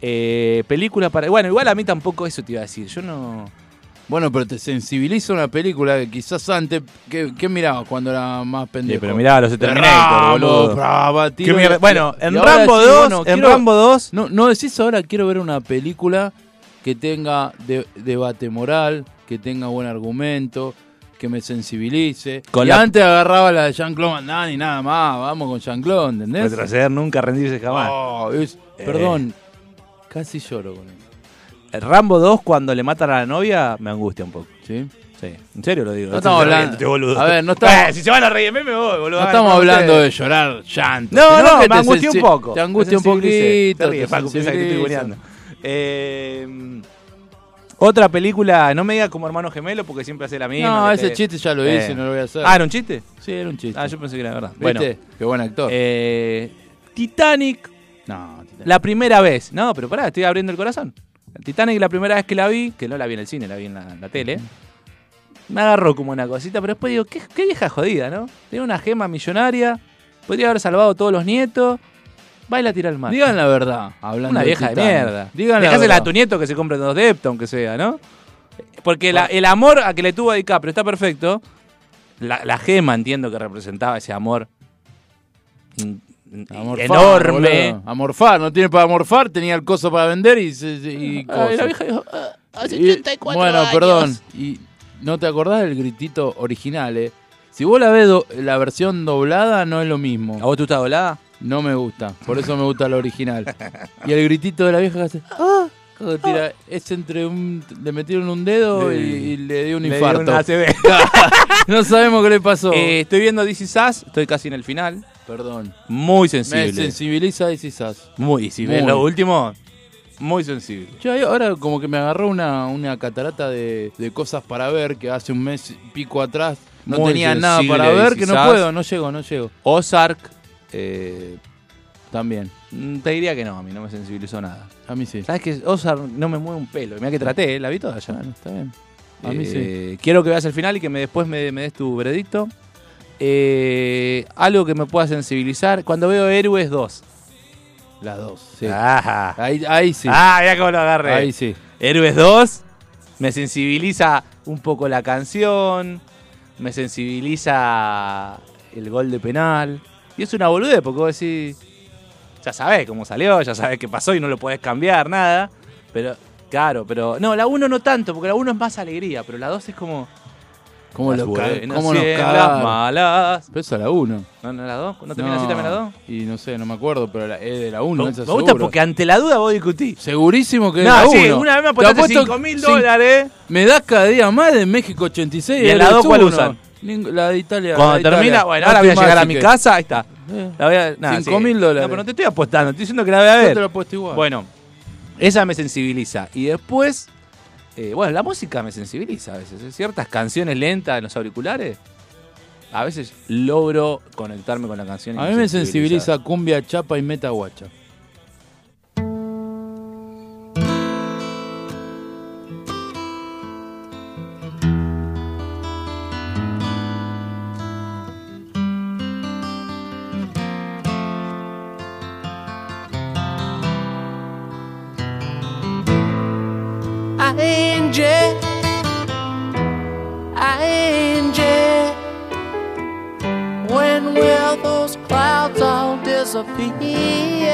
Speaker 4: Eh, película para. Bueno, igual a mí tampoco eso te iba a decir. Yo no.
Speaker 5: Bueno, pero te sensibiliza una película que quizás antes. ¿Qué, qué mirabas cuando era más pendejo?
Speaker 4: pero miraba los de
Speaker 5: De
Speaker 4: Terminator,
Speaker 5: Rambo,
Speaker 4: boludo.
Speaker 5: brava, tiro,
Speaker 4: Qué mierda.
Speaker 5: y-
Speaker 4: Bueno,
Speaker 5: y
Speaker 4: en
Speaker 5: ahora
Speaker 4: Rambo
Speaker 5: decís,
Speaker 4: 2,
Speaker 5: bueno,
Speaker 4: en
Speaker 5: quiero-
Speaker 4: Rambo 2.
Speaker 5: No, no decís ahora quiero ver una película que tenga de- debate moral, que tenga buen argumento, que me sensibilice.
Speaker 4: Con
Speaker 5: y
Speaker 4: la-
Speaker 5: antes agarraba la de Jean-Claude Van Damme y nada más, vamos con Jean-Claude, ¿entendés?
Speaker 4: Retroceder nunca rendirse jamás.
Speaker 5: Oh, es-
Speaker 4: Eh.
Speaker 5: Perdón, casi lloro con eso.
Speaker 4: El Rambo 2, cuando le matan a la novia, me angustia un poco.
Speaker 5: ¿sí?
Speaker 4: Sí, en serio lo digo.
Speaker 5: No estamos
Speaker 4: Estoy
Speaker 5: hablando-
Speaker 4: riéndote, boludo.
Speaker 5: a ver, no estamos-
Speaker 4: Eh, si se van a reír, me me voy, boludo.
Speaker 5: No
Speaker 4: Ay,
Speaker 5: estamos
Speaker 4: no,
Speaker 5: hablando
Speaker 4: ustedes.
Speaker 5: de llorar llanto.
Speaker 4: No,
Speaker 5: sino
Speaker 4: no,
Speaker 5: que
Speaker 4: me
Speaker 5: te
Speaker 4: angustia un
Speaker 5: sensi-
Speaker 4: poquito.
Speaker 5: Te angustia
Speaker 4: Me
Speaker 5: un
Speaker 4: sensibilice.
Speaker 5: poquito.
Speaker 4: Te ríes,
Speaker 5: te
Speaker 4: Facu, piensa que te estoy
Speaker 5: sensibiliza.
Speaker 4: buleando. Eh, Otra película, no me digas como hermano gemelo porque siempre hace la misma.
Speaker 5: No,
Speaker 4: que
Speaker 5: ese
Speaker 4: te-
Speaker 5: chiste ya lo hice,
Speaker 4: Eh.
Speaker 5: no lo voy a hacer.
Speaker 4: Ah, ¿era un chiste?
Speaker 5: Sí, era un chiste.
Speaker 4: Ah, yo pensé que era verdad.
Speaker 5: ¿Viste?
Speaker 4: Bueno,
Speaker 5: Qué buen actor.
Speaker 4: eh, Titanic,
Speaker 5: no, te-
Speaker 4: la primera vez. No, pero pará, estoy abriendo el corazón. Titanic, la primera vez que la vi, que no la vi en el cine, la vi en la, en la tele. Me agarró como una cosita, pero después digo, qué, qué vieja jodida, ¿no? Tiene una gema millonaria, podría haber salvado a todos los nietos. Baila tira al mar.
Speaker 5: Digan la verdad. Hablando
Speaker 4: Una vieja de,
Speaker 5: Titanic.
Speaker 4: mierda.
Speaker 5: Digan la
Speaker 4: Dejásela
Speaker 5: verdad.
Speaker 4: a tu nieto que se compre dos deptos, aunque sea, ¿no? Porque la- el amor a que le tuvo a DiCaprio está perfecto. La, la gema entiendo que representaba ese amor in- in-
Speaker 5: Amorfar,
Speaker 4: enorme.
Speaker 5: boludo. Amorfar, no tiene para amorfar, tenía el coso para vender y, se- se- y
Speaker 4: Ah, y la
Speaker 5: coso.
Speaker 4: vieja dijo, "Ah, hace
Speaker 5: Y-
Speaker 4: 84
Speaker 5: bueno,
Speaker 4: años".
Speaker 5: perdón. Y no te acordás del gritito original, eh. Si vos la ves do- la versión doblada, no es lo
Speaker 4: ¿A
Speaker 5: mismo.
Speaker 4: vos tú estás doblada?
Speaker 5: No me gusta. Por eso me gusta la original. Y el gritito de la vieja que hace. "Ah", como que tira, es entre un. Le metieron un dedo y, y le dio un
Speaker 4: Le dio
Speaker 5: infarto.
Speaker 4: una ACV.
Speaker 5: No sabemos qué le pasó.
Speaker 4: Eh, estoy viendo DC Sass, estoy casi en el final.
Speaker 5: Perdón.
Speaker 4: Muy
Speaker 5: Me
Speaker 4: sensible.
Speaker 5: sensibiliza y quizás.
Speaker 4: Muy, si ves
Speaker 5: Muy.
Speaker 4: lo último, muy sensible.
Speaker 5: Yo ahí ahora como que me agarró una, una catarata de, de cosas para ver que hace un mes y pico atrás no
Speaker 4: Muy
Speaker 5: tenía nada
Speaker 4: sensible,
Speaker 5: para ver, que no
Speaker 4: quizás.
Speaker 5: puedo, no llego, no llego.
Speaker 4: Ozark, eh,
Speaker 5: También,
Speaker 4: mm, te diría que no, a mí no me sensibilizó nada.
Speaker 5: a mí sí.
Speaker 4: ¿Sabes que Ozark no me mueve un pelo. Mira que traté, ¿eh? la vi toda ya.
Speaker 5: Bueno, está bien. A mí sí.
Speaker 4: Eh, Quiero que veas el final y que me, después me, me des tu veredicto. Eh, algo que me pueda sensibilizar. Cuando veo Héroes 2.
Speaker 5: Las dos, sí.
Speaker 4: Ah, Ajá.
Speaker 5: Ahí, ahí sí,
Speaker 4: Ah, mira cómo lo agarré.
Speaker 5: ahí sí.
Speaker 4: Héroes 2 me sensibiliza un poco la canción. Me sensibiliza el gol de penal. Y es una boludez porque vos decís. Ya sabés cómo salió, ya sabés qué pasó y no lo podés cambiar, nada. Pero, claro, pero. No, la 1 no tanto, porque la 1 es más alegría, pero la 2 es como.
Speaker 5: ¿Cómo,
Speaker 4: las
Speaker 5: lo ca-
Speaker 4: buenas
Speaker 5: cómo nos
Speaker 4: y en Las
Speaker 5: cagaron?
Speaker 4: malas.
Speaker 5: Pero eso a la 1.
Speaker 4: ¿No, no la 2? ¿No termina así también la 2?
Speaker 5: Y no sé, no me acuerdo, pero la- es de la 1.
Speaker 4: Me me gusta porque ante la duda vos discutís.
Speaker 5: Segurísimo que es
Speaker 4: No,
Speaker 5: la 1.
Speaker 4: sí, una vez me apostaste 5 mil dólares.
Speaker 5: Me das cada día más de México 86.
Speaker 4: ¿Y en
Speaker 5: el
Speaker 4: la dos cuál
Speaker 5: uno.
Speaker 4: usan?
Speaker 5: Ning- La de Italia. la de
Speaker 4: Cuando
Speaker 5: Italia.
Speaker 4: termina, bueno,
Speaker 5: No
Speaker 4: ahora voy a
Speaker 5: estoy
Speaker 4: llegar
Speaker 5: más,
Speaker 4: a
Speaker 5: así
Speaker 4: mi
Speaker 5: que-
Speaker 4: casa, ahí está.
Speaker 5: Eh,
Speaker 4: La voy a- nada,
Speaker 5: Cinco mil dólares.
Speaker 4: No, pero no te estoy apostando, estoy diciendo que la voy a
Speaker 5: yo
Speaker 4: ver.
Speaker 5: te lo he puesto igual.
Speaker 4: Bueno, esa me sensibiliza. Y después, eh, bueno, la música me sensibiliza a veces. ¿eh? Ciertas canciones lentas en los auriculares, a veces logro conectarme con la canción. y
Speaker 5: a mí me sensibiliza cumbia, chapa y meta guacha.
Speaker 7: Angel, angel, when will those clouds all disappear?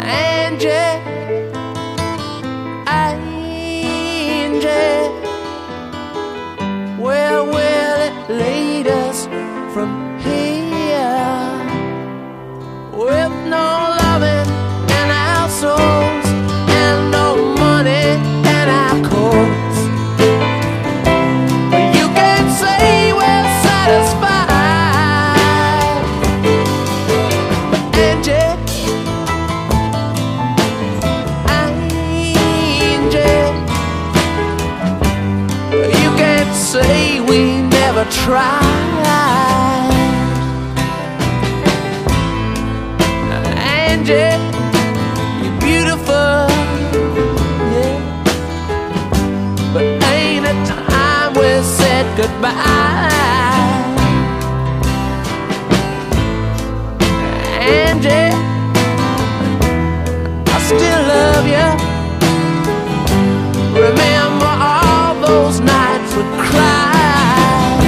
Speaker 7: Angel, angel, where will it lead us from here? with no loving in our souls and no money in our coats. But you can say we're satisfied. But Angie,
Speaker 8: say we never tried. And yet, you're beautiful. Yeah. But ain't a time we said goodbye. And yet, I still love you. Remember all those nights we cried.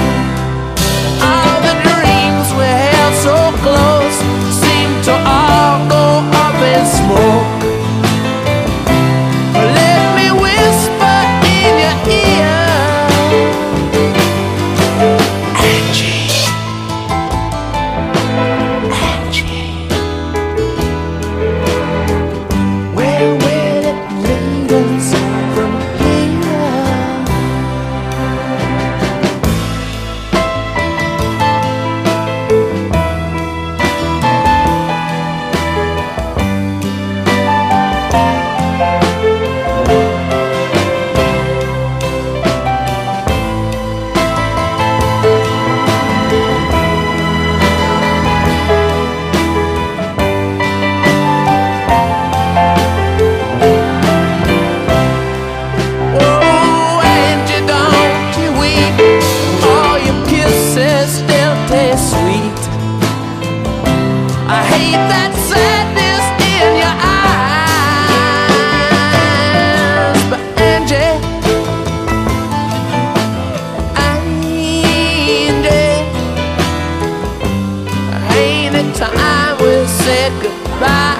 Speaker 8: All the dreams we held so close seem to all go up in smoke. Let me whisper in your ear. Angie. Angie. Where will it lead us from here? Oh, Angie, don't you weep. All your kisses still taste sweet. I hate that sadness in your eyes, but Angie, Angie, ain't it time we said goodbye?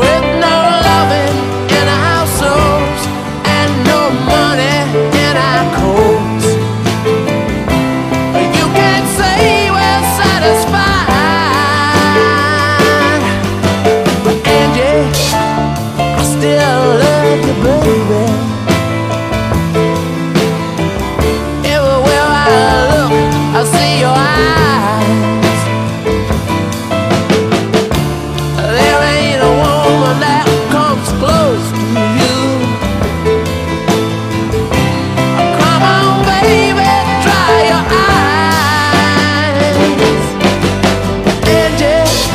Speaker 8: With no loving in our souls and no money in our coats, you can't say we're satisfied. But Angie, I still love you, baby. Everywhere I look, I see your eyes. There ain't a woman that comes close to you. Come on, baby, dry your eyes. Angel,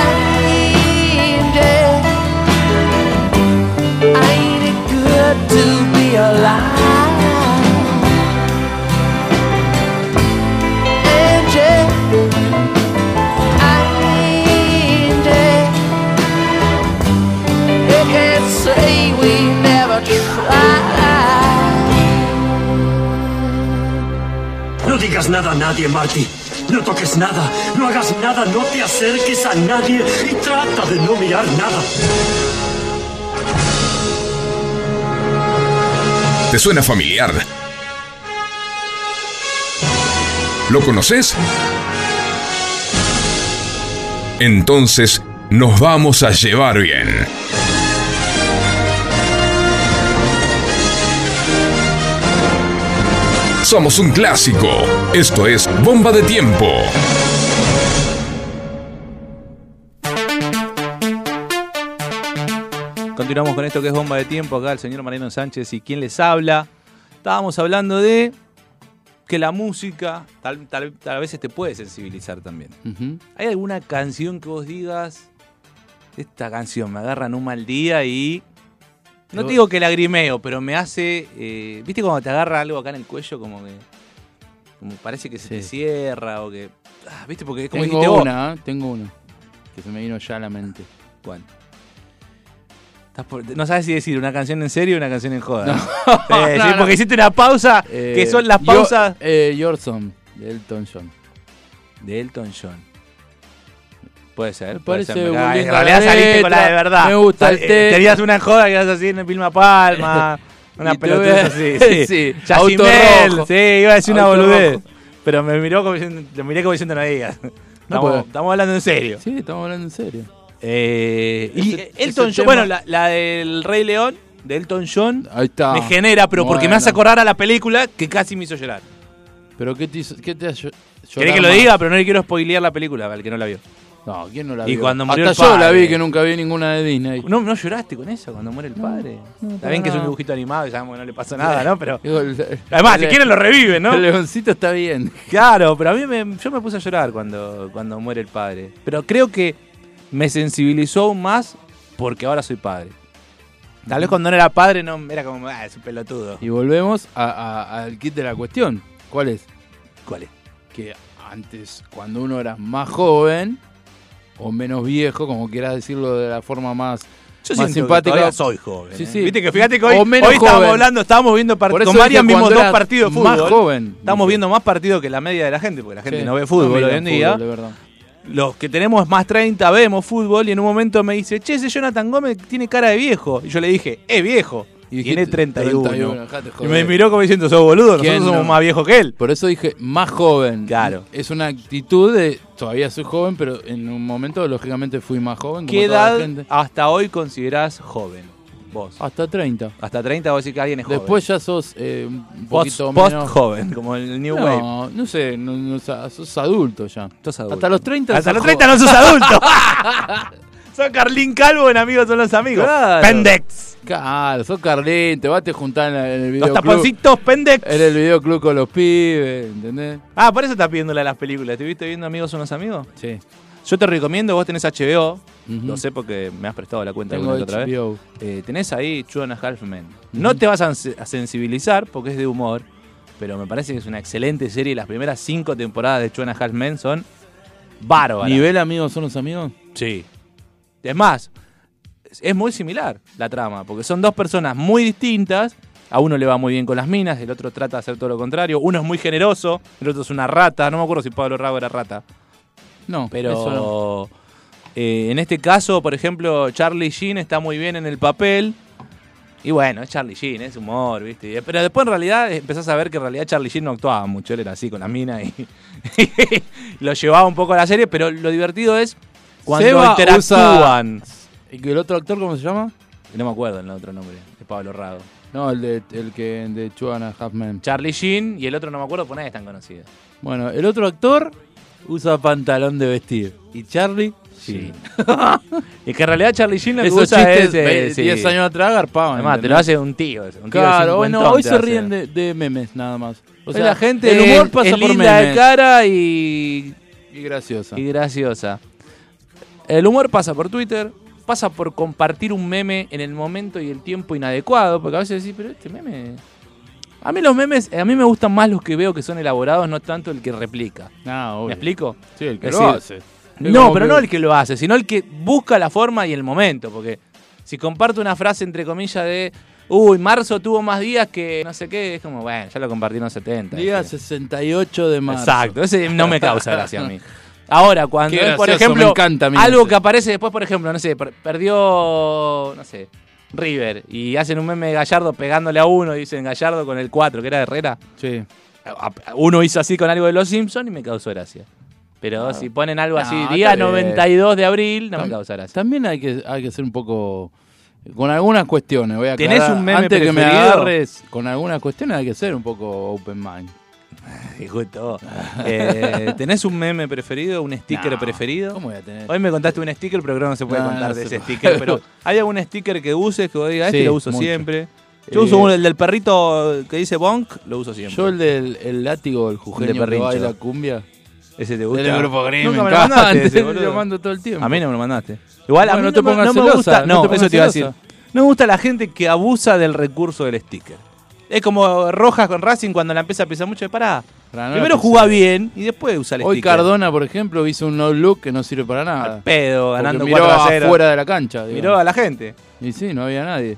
Speaker 8: angel, ain't it good to be alive? Angel. Say we never tried.
Speaker 2: No digas nada a nadie, Marty. No toques nada, no hagas nada, no te acerques a nadie y trata de no mirar nada.
Speaker 1: ¿Te suena familiar? ¿Lo conoces? Entonces nos vamos a llevar bien. Somos un clásico. Esto es Bomba de Tiempo.
Speaker 4: Continuamos con esto que es bomba de tiempo. Acá el señor Mariano Sánchez y quien les habla. Estábamos hablando de que la música tal, tal, tal vez te puede sensibilizar también.
Speaker 5: Ujú.
Speaker 4: ¿Hay alguna canción que vos digas? Esta canción me agarra en un mal día y. No
Speaker 5: Yo-
Speaker 4: te digo que lagrimeo, pero me hace. eh, ¿Viste cuando te agarra algo acá en el cuello? Como que. Como parece que se te
Speaker 5: Sí.
Speaker 4: cierra o que. ah, ¿Viste? Porque es como dijiste
Speaker 5: Tengo
Speaker 4: vos.
Speaker 5: una, ¿eh? tengo una. Que se me vino ya a la mente.
Speaker 4: Bueno. Estás por- No sabes si decir una canción en serio o una canción en joda. Eh, Sí,
Speaker 5: no,
Speaker 4: sí,
Speaker 5: no.
Speaker 4: Porque hiciste una pausa,
Speaker 5: Eh,
Speaker 4: que son las
Speaker 5: Yo-
Speaker 4: pausas
Speaker 5: eh, Your Song, de Elton John.
Speaker 4: de Elton John. Puede ser.
Speaker 5: Me
Speaker 4: puede ser.
Speaker 5: parece
Speaker 4: Me
Speaker 5: muy
Speaker 4: cae. En
Speaker 5: linda la
Speaker 4: realidad saliste con la de
Speaker 5: letra,
Speaker 4: verdad.
Speaker 5: me gusta el
Speaker 4: Sal- eh,
Speaker 5: tema.
Speaker 4: Tenías una joda que ibas así en Pilma Palma. Una
Speaker 5: Y te voy
Speaker 4: pelotuda
Speaker 5: a-
Speaker 4: así. Sí,
Speaker 5: sí,
Speaker 4: Yacimel,
Speaker 5: auto rojo.
Speaker 4: Sí, iba a decir una
Speaker 5: Auto
Speaker 4: boludez.
Speaker 5: rojo.
Speaker 4: Pero me miró como diciendo, lo miré como diciendo no digas. Estamos,
Speaker 5: puedo.
Speaker 4: estamos hablando en serio.
Speaker 5: Sí, estamos hablando en serio.
Speaker 4: Eh, y
Speaker 5: Ese-
Speaker 4: Elton John,
Speaker 5: ese tema-
Speaker 4: bueno, la, la del Rey León de Elton John
Speaker 5: Ahí está.
Speaker 4: me genera, pero porque me
Speaker 5: Ah, Bueno.
Speaker 4: hace acordar a la película que casi me hizo llorar.
Speaker 5: ¿Pero qué te, hizo- qué te hace llorar
Speaker 4: ¿Querés que lo
Speaker 5: más?
Speaker 4: diga? Pero no le quiero spoilear la película al que no la vio.
Speaker 5: No, ¿quién no la
Speaker 4: Y
Speaker 5: vio?
Speaker 4: cuando murió
Speaker 5: Hasta
Speaker 4: el
Speaker 5: yo la
Speaker 4: padre.
Speaker 5: vi, que nunca vi ninguna de Disney.
Speaker 4: No, no lloraste con eso cuando muere el padre. Está bien que es un dibujito animado y sabemos que no le pasa nada, ¿no? Pero.
Speaker 5: Digo, el-
Speaker 4: Además, si
Speaker 5: el-
Speaker 4: quieren lo reviven, ¿no?
Speaker 5: El leoncito está bien.
Speaker 4: Claro, pero a mí me- yo me puse a llorar cuando, cuando muere el padre. Pero creo que me sensibilizó aún más porque ahora soy padre. Tal vez cuando no era padre no era como, ah, es un pelotudo.
Speaker 5: Y volvemos a- a- al kit de la cuestión. ¿Cuál es?
Speaker 4: ¿Cuál es?
Speaker 5: Que antes, cuando uno era más joven o menos viejo, como quieras decirlo de la forma más,
Speaker 4: Yo
Speaker 5: más
Speaker 4: siento que
Speaker 5: simpática.
Speaker 4: todavía soy joven.
Speaker 5: Sí,
Speaker 4: ¿eh?
Speaker 5: sí.
Speaker 4: Viste que fíjate que hoy,
Speaker 5: O menos
Speaker 4: hoy estábamos
Speaker 5: joven.
Speaker 4: hablando, estábamos viendo
Speaker 5: Por
Speaker 4: partidos.
Speaker 5: eso
Speaker 4: Con Marian
Speaker 5: dije,
Speaker 4: vimos
Speaker 5: cuando
Speaker 4: dos
Speaker 5: eras
Speaker 4: partidos de fútbol.
Speaker 5: más joven.
Speaker 4: Estamos
Speaker 5: Dije.
Speaker 4: viendo más partidos que la media de la gente, porque la gente
Speaker 5: Sí,
Speaker 4: no ve fútbol
Speaker 5: mira
Speaker 4: hoy en día.
Speaker 5: fútbol, eh. de verdad.
Speaker 4: los que tenemos más 30 vemos fútbol y en un momento me dice, che, ese Jonathan Gómez tiene cara de viejo. Y yo le dije, es viejo.
Speaker 5: Y
Speaker 4: tiene
Speaker 5: dijiste,
Speaker 4: 31.
Speaker 5: 31, dejate
Speaker 4: y
Speaker 5: joder.
Speaker 4: me miró como diciendo, sos boludo,
Speaker 5: ¿Quién
Speaker 4: nosotros somos
Speaker 5: no?
Speaker 4: más viejos que él.
Speaker 5: Por eso dije, más joven.
Speaker 4: Claro.
Speaker 5: Es una actitud de, todavía soy joven, pero en un momento, lógicamente, fui más joven. como
Speaker 4: ¿Qué
Speaker 5: toda la
Speaker 4: edad
Speaker 5: gente.
Speaker 4: hasta hoy considerás joven? Vos.
Speaker 5: Hasta 30.
Speaker 4: Hasta 30 vos decís que alguien es joven.
Speaker 5: Después ya sos eh, un
Speaker 4: post,
Speaker 5: poquito
Speaker 4: post
Speaker 5: menos...
Speaker 4: joven, como el New Wave.
Speaker 5: No, no sé, no, no, sa- sos adulto ya.
Speaker 4: Sos adulto.
Speaker 5: Hasta los 30
Speaker 4: Hasta
Speaker 5: sos
Speaker 4: los 30 no sos adulto. sos Carlín Calvo en Amigos son los Amigos.
Speaker 5: Claro.
Speaker 4: Pendex.
Speaker 5: Claro, sos Carlín, te vas a juntar en, la- en el
Speaker 4: Los
Speaker 5: videoclub.
Speaker 4: taponcitos Pendex.
Speaker 5: En el videoclub con los pibes, ¿entendés?
Speaker 4: Ah, por eso estás pidiéndole a las películas. ¿Te viste viendo Amigos son los Amigos?
Speaker 5: Sí.
Speaker 4: Yo te recomiendo, vos tenés HBO,
Speaker 5: Ujú.
Speaker 4: lo sé porque me has prestado la cuenta
Speaker 5: Tengo
Speaker 4: alguna que otra vez.
Speaker 5: HBO.
Speaker 4: Eh, tenés ahí Two and a Half Men. No te vas a, ens- a sensibilizar porque es de humor, pero me parece que es una excelente serie. Las primeras cinco temporadas de Two and a Half Men son bárbaras.
Speaker 5: ¿Nivel amigos son los amigos?
Speaker 4: Sí. Es más, es- es muy similar la trama, porque son dos personas muy distintas. A uno le va muy bien con las minas, el otro trata de hacer todo lo contrario. Uno es muy generoso, el otro es una rata. No me acuerdo si Pablo Rago era rata.
Speaker 5: No,
Speaker 4: Pero
Speaker 5: eso no.
Speaker 4: eh, en este caso, por ejemplo, Charlie Sheen está muy bien en el papel. Y bueno, es Charlie Sheen, es humor, ¿viste? Y- Pero después en realidad eh, empezás a ver que en realidad Charlie Sheen no actuaba mucho, él era así con las minas y, lo llevaba un poco a la serie, pero lo divertido es cuando
Speaker 5: Seba
Speaker 4: interactúan.
Speaker 5: ¿Y que el otro actor cómo se llama?
Speaker 4: No me acuerdo el otro nombre, de Pablo Rago.
Speaker 5: No, el de, el que, de Chuana Huffman.
Speaker 4: Charlie Sheen y el otro no me acuerdo, por nadie es tan conocido.
Speaker 5: Bueno, el otro actor usa pantalón de vestir. Y Charlie, sí.
Speaker 4: Y que en realidad Charlie Sheen lo que
Speaker 5: Esos
Speaker 4: usa
Speaker 5: chistes,
Speaker 4: es, eh,
Speaker 5: ve- 10
Speaker 4: sí.
Speaker 5: años atrás garpaban.
Speaker 4: Además, te
Speaker 5: ¿entendés?
Speaker 4: lo hace un tío. Un tío de
Speaker 5: Claro, bueno,
Speaker 4: cincuentón
Speaker 5: hoy
Speaker 4: te
Speaker 5: se
Speaker 4: hace.
Speaker 5: ríen de, de memes nada más. O
Speaker 4: Hoy
Speaker 5: sea,
Speaker 4: la gente
Speaker 5: el humor
Speaker 4: es-
Speaker 5: pasa
Speaker 4: es
Speaker 5: por
Speaker 4: linda de
Speaker 5: memes.
Speaker 4: cara y,
Speaker 5: Y graciosa.
Speaker 4: y graciosa. El humor pasa por Twitter, pasa por compartir un meme en el momento y el tiempo inadecuado, porque a veces decís, pero este meme... A mí los memes, a mí me gustan más los que veo que son elaborados, no tanto el que replica.
Speaker 5: No, obvio.
Speaker 4: ¿Me explico?
Speaker 5: Sí, el que
Speaker 4: Es
Speaker 5: lo
Speaker 4: decir,
Speaker 5: hace. Es
Speaker 4: No,
Speaker 5: como
Speaker 4: pero
Speaker 5: que-
Speaker 4: no el que lo hace, sino el que busca la forma y el momento. Porque si comparto una frase entre comillas de, uy, marzo tuvo más días que no sé qué, es como, bueno, ya lo compartieron 70.
Speaker 5: Día
Speaker 4: ¿viste?
Speaker 5: 68 de marzo.
Speaker 4: este". Exacto, ese no me causa gracia a mí. Ahora, cuando
Speaker 5: Qué
Speaker 4: es, por
Speaker 5: gracioso,
Speaker 4: ejemplo,
Speaker 5: me encanta a mí
Speaker 4: algo
Speaker 5: ese.
Speaker 4: que aparece después, por ejemplo, no sé, per- perdió, no sé, River y hacen un meme de Gallardo pegándole a uno y dicen Gallardo con el 4, que era Herrera.
Speaker 5: Sí.
Speaker 4: A- a- Uno hizo así con algo de Los Simpsons y me causó gracia. Pero si ponen algo así,
Speaker 5: No,
Speaker 4: día
Speaker 5: está bien.
Speaker 4: 92 de abril, no me
Speaker 5: Tam-
Speaker 4: causa gracia.
Speaker 5: También hay que, hay que ser un poco. Con algunas cuestiones, voy a
Speaker 4: ¿Tenés
Speaker 5: aclarar.
Speaker 4: un meme
Speaker 5: Antes que me
Speaker 4: preferido?
Speaker 5: agarres, con algunas cuestiones hay que ser un poco open mind.
Speaker 4: Y justo. Eh, ¿Tenés un meme preferido? ¿Un sticker
Speaker 5: No,
Speaker 4: preferido?
Speaker 5: ¿Cómo voy a tener?
Speaker 4: Hoy me contaste un sticker, pero creo que Ah, no se puede
Speaker 5: No,
Speaker 4: contar
Speaker 5: no
Speaker 4: de
Speaker 5: se
Speaker 4: ese
Speaker 5: puede.
Speaker 4: sticker. Pero ¿hay algún sticker que uses que vos digas, este
Speaker 5: Sí,
Speaker 4: lo uso
Speaker 5: mucho.
Speaker 4: siempre? Yo
Speaker 5: Eh,
Speaker 4: uso uno, el del perrito que dice Bonk, lo uso siempre.
Speaker 5: Yo el del el látigo, el jujeño
Speaker 4: De
Speaker 5: que
Speaker 4: Perrincho.
Speaker 5: baila cumbia.
Speaker 4: ese te gusta.
Speaker 5: Del grupo Grimm,
Speaker 4: Nunca
Speaker 5: me
Speaker 4: me lo mandaste
Speaker 5: encanta.
Speaker 4: ese,
Speaker 5: Yo
Speaker 4: boludo.
Speaker 5: lo mando todo el tiempo.
Speaker 4: A mí no me lo mandaste. Igual a mí
Speaker 5: Bueno, no te
Speaker 4: me-
Speaker 5: pongas
Speaker 4: me
Speaker 5: celosa,
Speaker 4: gusta.
Speaker 5: no
Speaker 4: No,
Speaker 5: te pongas
Speaker 4: eso te iba a decir.
Speaker 5: celosa.
Speaker 4: No me gusta la gente que abusa del recurso del sticker. Es como Rojas con Racing cuando la empieza a pisar mucho de pará.
Speaker 5: Pará, Ah, no la
Speaker 4: Primero
Speaker 5: pisé.
Speaker 4: jugá bien y después usa el
Speaker 5: Hoy
Speaker 4: sticker.
Speaker 5: Cardona, por ejemplo, hizo un no look que no sirve para nada.
Speaker 4: Al pedo,
Speaker 5: Porque
Speaker 4: ganando
Speaker 5: miró
Speaker 4: 4 a 0.
Speaker 5: afuera de la cancha. digamos.
Speaker 4: Miró a la gente.
Speaker 5: Y sí, no había nadie.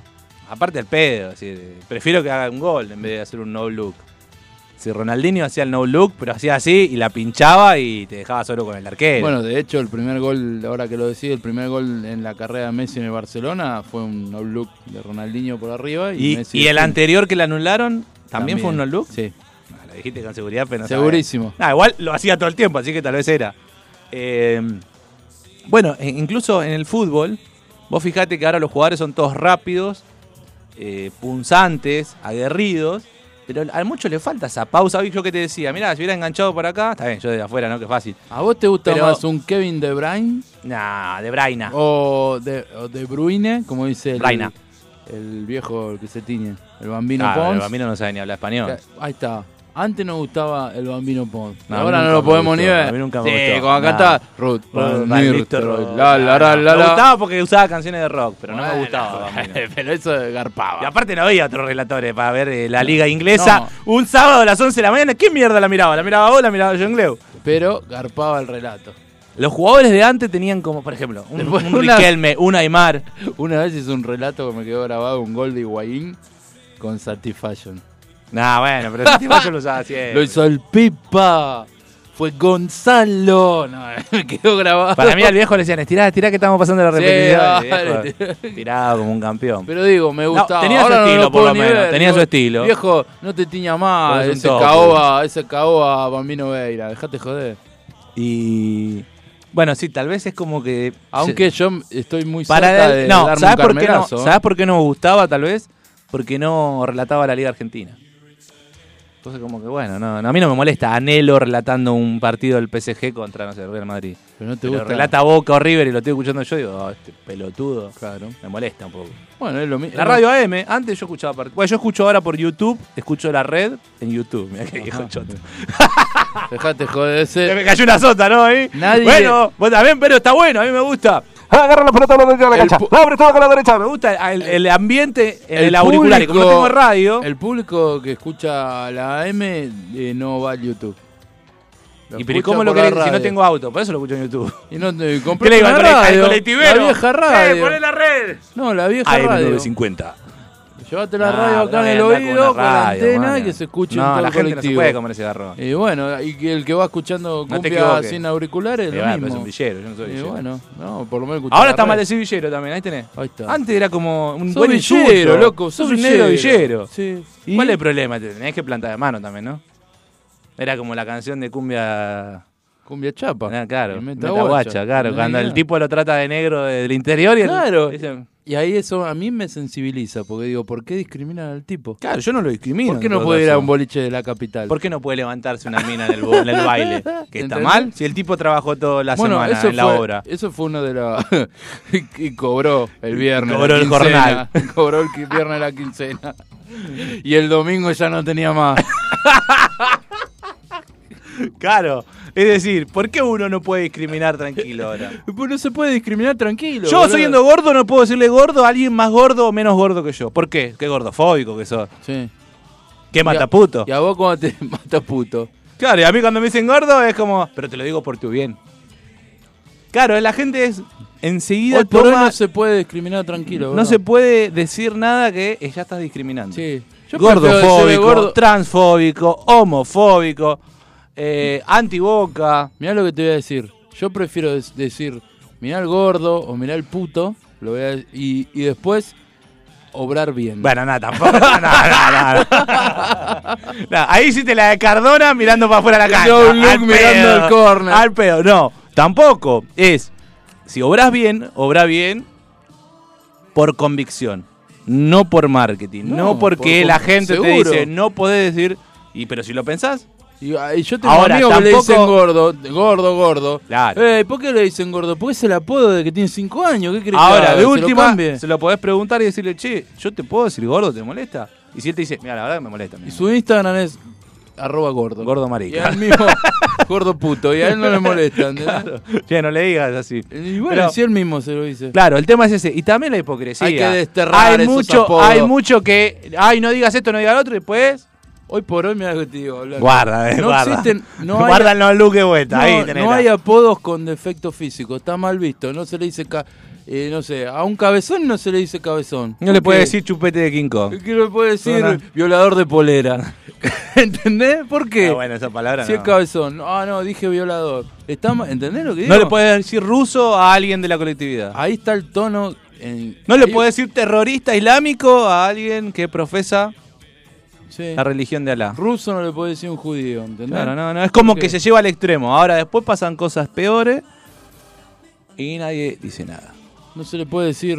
Speaker 4: Aparte al pedo. es decir, prefiero que haga un gol en vez de hacer un no look. Si Ronaldinho hacía el no look, pero hacía así y la pinchaba y te dejaba solo con el arquero.
Speaker 5: Bueno, de hecho, el primer gol, ahora que lo decís, el primer gol en la carrera de Messi en el Barcelona fue un no look de Ronaldinho por arriba. Y,
Speaker 4: y,
Speaker 5: Messi
Speaker 4: y el anterior que le anularon también, fue un no look.
Speaker 5: Sí.
Speaker 4: Ah, Lo dijiste con seguridad, pero no
Speaker 5: Segurísimo.
Speaker 4: sabés. Ah, igual lo hacía todo el tiempo, así que tal vez era. Eh, bueno, e- incluso en el fútbol, vos fijate que ahora los jugadores son todos rápidos eh, punzantes, aguerridos, pero a muchos le falta esa pausa. Hoy yo que te decía, mirá, si hubiera enganchado por acá, está bien, yo de afuera, ¿no? Qué fácil.
Speaker 5: ¿A vos te gusta
Speaker 4: Pero-
Speaker 5: más un Kevin De Bruyne
Speaker 4: Nah, de Braina.
Speaker 5: Oh, o de, o de Bruyne, como dice el,
Speaker 4: Bruyne.
Speaker 5: el viejo el que se tiñe? El Bambino
Speaker 4: Ah,
Speaker 5: Pons.
Speaker 4: el bambino no sabe ni hablar español.
Speaker 5: Ahí está. Antes nos gustaba el Bambino Pons.
Speaker 4: No, a
Speaker 5: Ahora
Speaker 4: mí
Speaker 5: no
Speaker 4: nunca
Speaker 5: lo
Speaker 4: me
Speaker 5: podemos ni
Speaker 4: gustó,
Speaker 5: ver.
Speaker 4: a mí nunca me
Speaker 5: sí,
Speaker 4: gustó.
Speaker 5: como acá
Speaker 4: Nada.
Speaker 5: está. Ruth,
Speaker 4: Bueno,
Speaker 5: Van Nistelrooy, la, la, la, la,
Speaker 4: Me
Speaker 5: la.
Speaker 4: gustaba porque usaba canciones de rock, pero no me
Speaker 5: Bueno,
Speaker 4: gustaba. Bambino.
Speaker 5: Pero eso garpaba.
Speaker 4: Y aparte no había otros relatores para ver eh, la liga inglesa.
Speaker 5: No.
Speaker 4: Un sábado a las 11 de la mañana, ¿qué mierda la miraba? ¿La miraba vos la miraba John Gleu?
Speaker 5: Pero garpaba el relato.
Speaker 4: Los jugadores de antes tenían como, por ejemplo, un,
Speaker 5: Después
Speaker 4: un
Speaker 5: una-
Speaker 4: Riquelme, un Aymar.
Speaker 5: Una vez hice un relato que me quedó grabado, un gol de Higuaín con Satisfaction.
Speaker 4: Nah, bueno, pero ese tipo yo lo usaba así.
Speaker 5: Lo hizo el Pipa. Fue Gonzalo. No, me quedó grabado.
Speaker 4: Para mí al viejo le decían, estirá, estirá que estamos pasando la
Speaker 5: Sí,
Speaker 4: repetición.
Speaker 5: dale,
Speaker 4: Y el viejo, Tirado como un campeón.
Speaker 5: Pero digo, me gustaba.
Speaker 4: tenía su
Speaker 5: Ahora no
Speaker 4: estilo, por
Speaker 5: puedo
Speaker 4: lo
Speaker 5: ni
Speaker 4: menos, tenía
Speaker 5: digo,
Speaker 4: su estilo.
Speaker 5: Viejo, no te tiña
Speaker 4: Vos
Speaker 5: más.
Speaker 4: sos un
Speaker 5: Ese
Speaker 4: topo.
Speaker 5: caoba, ese caoba Bambino Veira. Dejate joder.
Speaker 4: Y bueno, sí, tal vez es como que...
Speaker 5: Aunque yo estoy muy
Speaker 4: para
Speaker 5: cerca
Speaker 4: él,
Speaker 5: de
Speaker 4: no,
Speaker 5: darme
Speaker 4: ¿sabes
Speaker 5: un
Speaker 4: por, qué no,
Speaker 5: carmelazo.
Speaker 4: ¿sabes por qué no me gustaba tal vez? Porque no relataba la Liga Argentina. Entonces como que bueno, no, no, a mí no me molesta anhelo relatando un partido del PSG contra, no sé, Real Madrid.
Speaker 5: Pero no te
Speaker 4: Pero
Speaker 5: gusta.
Speaker 4: relata Boca o River y lo estoy escuchando yo y digo, "Ah, este pelotudo.
Speaker 5: Claro.
Speaker 4: Me molesta un poco.
Speaker 5: Bueno, es lo mismo.
Speaker 4: La radio AM, antes yo escuchaba partidos. Bueno, yo escucho ahora por YouTube, escucho la red en YouTube. Mirá que viejo choto.
Speaker 5: Ah. Dejate joder. Ese,
Speaker 4: Me cayó una sota, ¿no? Ahí.
Speaker 5: Nadie-
Speaker 4: Bueno, vos también, pero está bueno, a mí me gusta. Agarra la pelota con la derecha de la
Speaker 5: El
Speaker 4: cancha.
Speaker 5: pu-
Speaker 4: Abre todo con la derecha. Me gusta el, el ambiente, el, auricular. Y como no
Speaker 5: público-
Speaker 4: tengo radio,
Speaker 5: El público que escucha la AM eh, no va al YouTube. Lo
Speaker 4: y pero ¿y
Speaker 5: escucha
Speaker 4: ¿cómo lo
Speaker 5: por la
Speaker 4: querés si no
Speaker 5: radio.
Speaker 4: tengo auto? Por eso lo escucho en YouTube.
Speaker 5: Y no te
Speaker 4: ¿Qué le
Speaker 5: compré
Speaker 4: digo
Speaker 5: la
Speaker 4: al, cole- al
Speaker 5: radio.
Speaker 4: colectivero?
Speaker 5: La vieja
Speaker 4: ¡Eh,
Speaker 5: radio.
Speaker 4: poné la red!
Speaker 5: No, la vieja
Speaker 4: AM
Speaker 5: radio.
Speaker 4: 950.
Speaker 5: Llévate la
Speaker 4: Nah,
Speaker 5: radio
Speaker 4: pero
Speaker 5: acá en el
Speaker 4: voy a andar
Speaker 5: oído,
Speaker 4: una
Speaker 5: con la
Speaker 4: radio,
Speaker 5: antena
Speaker 4: man.
Speaker 5: y que se escuche en
Speaker 4: No,
Speaker 5: todo
Speaker 4: la
Speaker 5: el
Speaker 4: gente no se
Speaker 5: colectivo.
Speaker 4: puede comer ese garrón.
Speaker 5: Y bueno, y que el que va escuchando
Speaker 4: No te
Speaker 5: cumbia
Speaker 4: equivoques.
Speaker 5: sin auriculares,
Speaker 4: Eh,
Speaker 5: lo
Speaker 4: bueno, pero es un
Speaker 5: mismo.
Speaker 4: villero, yo no soy
Speaker 5: Y
Speaker 4: villero.
Speaker 5: bueno, no, por lo menos escucha
Speaker 4: Ahora
Speaker 5: la
Speaker 4: está
Speaker 5: radio.
Speaker 4: mal decir villero también, ahí tenés.
Speaker 5: Ahí está.
Speaker 4: Antes era como un
Speaker 5: Sos
Speaker 4: buen
Speaker 5: villero,
Speaker 4: insulto.
Speaker 5: loco, sos
Speaker 4: Sos un negro villero.
Speaker 5: villero. Sí. ¿Y?
Speaker 4: ¿Cuál es el problema? Te tenías que plantar de mano también, ¿no? Era como la canción de cumbia...
Speaker 5: Cumbia chapa.
Speaker 4: Ah, claro,
Speaker 5: Y
Speaker 4: meta guacha, claro.
Speaker 5: No,
Speaker 4: Cuando el
Speaker 5: no.
Speaker 4: tipo lo trata de negro del interior y el-
Speaker 5: Claro.
Speaker 4: dicen,
Speaker 5: Y ahí eso a mí me sensibiliza, porque digo, ¿por qué discriminan al tipo?
Speaker 4: claro, yo no lo discrimino.
Speaker 5: ¿Por qué
Speaker 4: en
Speaker 5: no
Speaker 4: todo
Speaker 5: puede ir
Speaker 4: caso.
Speaker 5: a un boliche de la capital?
Speaker 4: ¿Por qué no puede levantarse una mina en el, bo- en el baile? ¿Que está
Speaker 5: ¿Entendés?
Speaker 4: mal? Si el tipo trabajó toda la semana en la
Speaker 5: fue,
Speaker 4: obra.
Speaker 5: Eso fue uno de los... y cobró el viernes.
Speaker 4: Cobró
Speaker 5: la
Speaker 4: el
Speaker 5: quincena. cobró el qui- viernes la quincena. Y el domingo ya no tenía más.
Speaker 4: Claro. Es decir, ¿por qué uno no puede discriminar tranquilo ahora?
Speaker 5: Pues no se puede discriminar tranquilo.
Speaker 4: Yo
Speaker 5: boludo.
Speaker 4: siendo gordo no puedo decirle gordo a alguien más gordo o menos gordo que yo. ¿Por qué? Qué gordofóbico que sos.
Speaker 5: Sí.
Speaker 4: Qué
Speaker 5: Y a-
Speaker 4: mataputo.
Speaker 5: Y a vos cuando te mata puto.
Speaker 4: Claro, y a mí cuando me dicen gordo es como, pero te lo digo por tu bien. Claro, la gente es enseguida
Speaker 5: Hoy por hoy
Speaker 4: toma-
Speaker 5: no se puede discriminar tranquilo.
Speaker 4: no
Speaker 5: boludo.
Speaker 4: se puede decir nada que eh, ya estás discriminando.
Speaker 5: Sí. Yo prefiero decirle
Speaker 4: Gordofóbico,
Speaker 5: gordo-
Speaker 4: transfóbico, homofóbico, eh, antiboca.
Speaker 5: Mirá lo que te voy a decir. Yo prefiero des- decir, mirá el gordo o mirá el puto, lo voy a- y, y después obrar bien.
Speaker 4: Bueno, nada, tampoco. No, no, no, no. No, ahí hiciste la de Cardona mirando para afuera de la
Speaker 5: Yo
Speaker 4: cancha.
Speaker 5: un look
Speaker 4: Al
Speaker 5: mirando
Speaker 4: pedo,
Speaker 5: el córner.
Speaker 4: Al pedo, no. Tampoco. Es, si obras bien, obra bien por convicción. No por marketing. No,
Speaker 5: No,
Speaker 4: porque
Speaker 5: por
Speaker 4: la
Speaker 5: con-
Speaker 4: gente te
Speaker 5: seguro.
Speaker 4: dice, no podés decir. Y pero si lo pensás,
Speaker 5: Y, ah, y yo tengo
Speaker 4: Ahora,
Speaker 5: amigos que le
Speaker 4: tampoco-
Speaker 5: dicen gordo, gordo, gordo.
Speaker 4: Claro.
Speaker 5: Ey, ¿Por qué le dicen gordo? Porque es el apodo de que tiene 5 años. ¿Qué querés que
Speaker 4: Ahora,
Speaker 5: haga?
Speaker 4: de
Speaker 5: ¿Se lo
Speaker 4: última,
Speaker 5: cambie?
Speaker 4: se lo podés preguntar y decirle, che, yo te puedo decir gordo, ¿te molesta? Y si él te dice, mira, la verdad que me molesta. mi
Speaker 5: Y
Speaker 4: amor".
Speaker 5: su Instagram es arroba gordo.
Speaker 4: Gordo
Speaker 5: Y
Speaker 4: marica.
Speaker 5: al mismo gordo puto. Y a él no le molesta. ¿entendés?
Speaker 4: Claro. Che, no le digas así.
Speaker 5: Y bueno,
Speaker 4: Pero-
Speaker 5: si él mismo se lo dice.
Speaker 4: Claro, el tema es ese. Y también la hipocresía.
Speaker 5: Hay que desterrar
Speaker 4: hay
Speaker 5: esos
Speaker 4: mucho,
Speaker 5: apodos.
Speaker 4: Hay mucho que, ay, no digas esto, no digas lo otro, y después...
Speaker 5: Hoy por hoy, mira lo que te digo. Blanco.
Speaker 4: Guarda, eh,
Speaker 5: No
Speaker 4: guarda.
Speaker 5: existen- no hay-
Speaker 4: Guardan los looks de vuelta.
Speaker 5: No,
Speaker 4: ahí tenés
Speaker 5: no
Speaker 4: la-
Speaker 5: hay apodos con defecto físico, está mal visto. No se le dice, ca- eh, no sé, a un cabezón no se le dice cabezón.
Speaker 4: No le
Speaker 5: puede
Speaker 4: puedes decir chupete de King Kong.
Speaker 5: ¿Qué le puede decir?
Speaker 4: No, no.
Speaker 5: Violador de polera. ¿Entendés? ¿Por qué?
Speaker 4: Ah, bueno, esa palabra
Speaker 5: si
Speaker 4: no.
Speaker 5: es cabezón. Ah, no, dije violador. Está ma- ¿Entendés lo que digo?
Speaker 4: No le puedes decir ruso a alguien de la colectividad.
Speaker 5: Ahí está el tono. en-
Speaker 4: No le
Speaker 5: ahí-
Speaker 4: puedes decir terrorista islámico a alguien que profesa
Speaker 5: sí.
Speaker 4: la religión de Alá.
Speaker 5: Ruso no le puede decir un judío, ¿entendés?
Speaker 4: Claro, no, no, es como
Speaker 5: Ok.
Speaker 4: que se lleva al extremo. Ahora después pasan cosas peores y nadie dice nada.
Speaker 5: No se le puede decir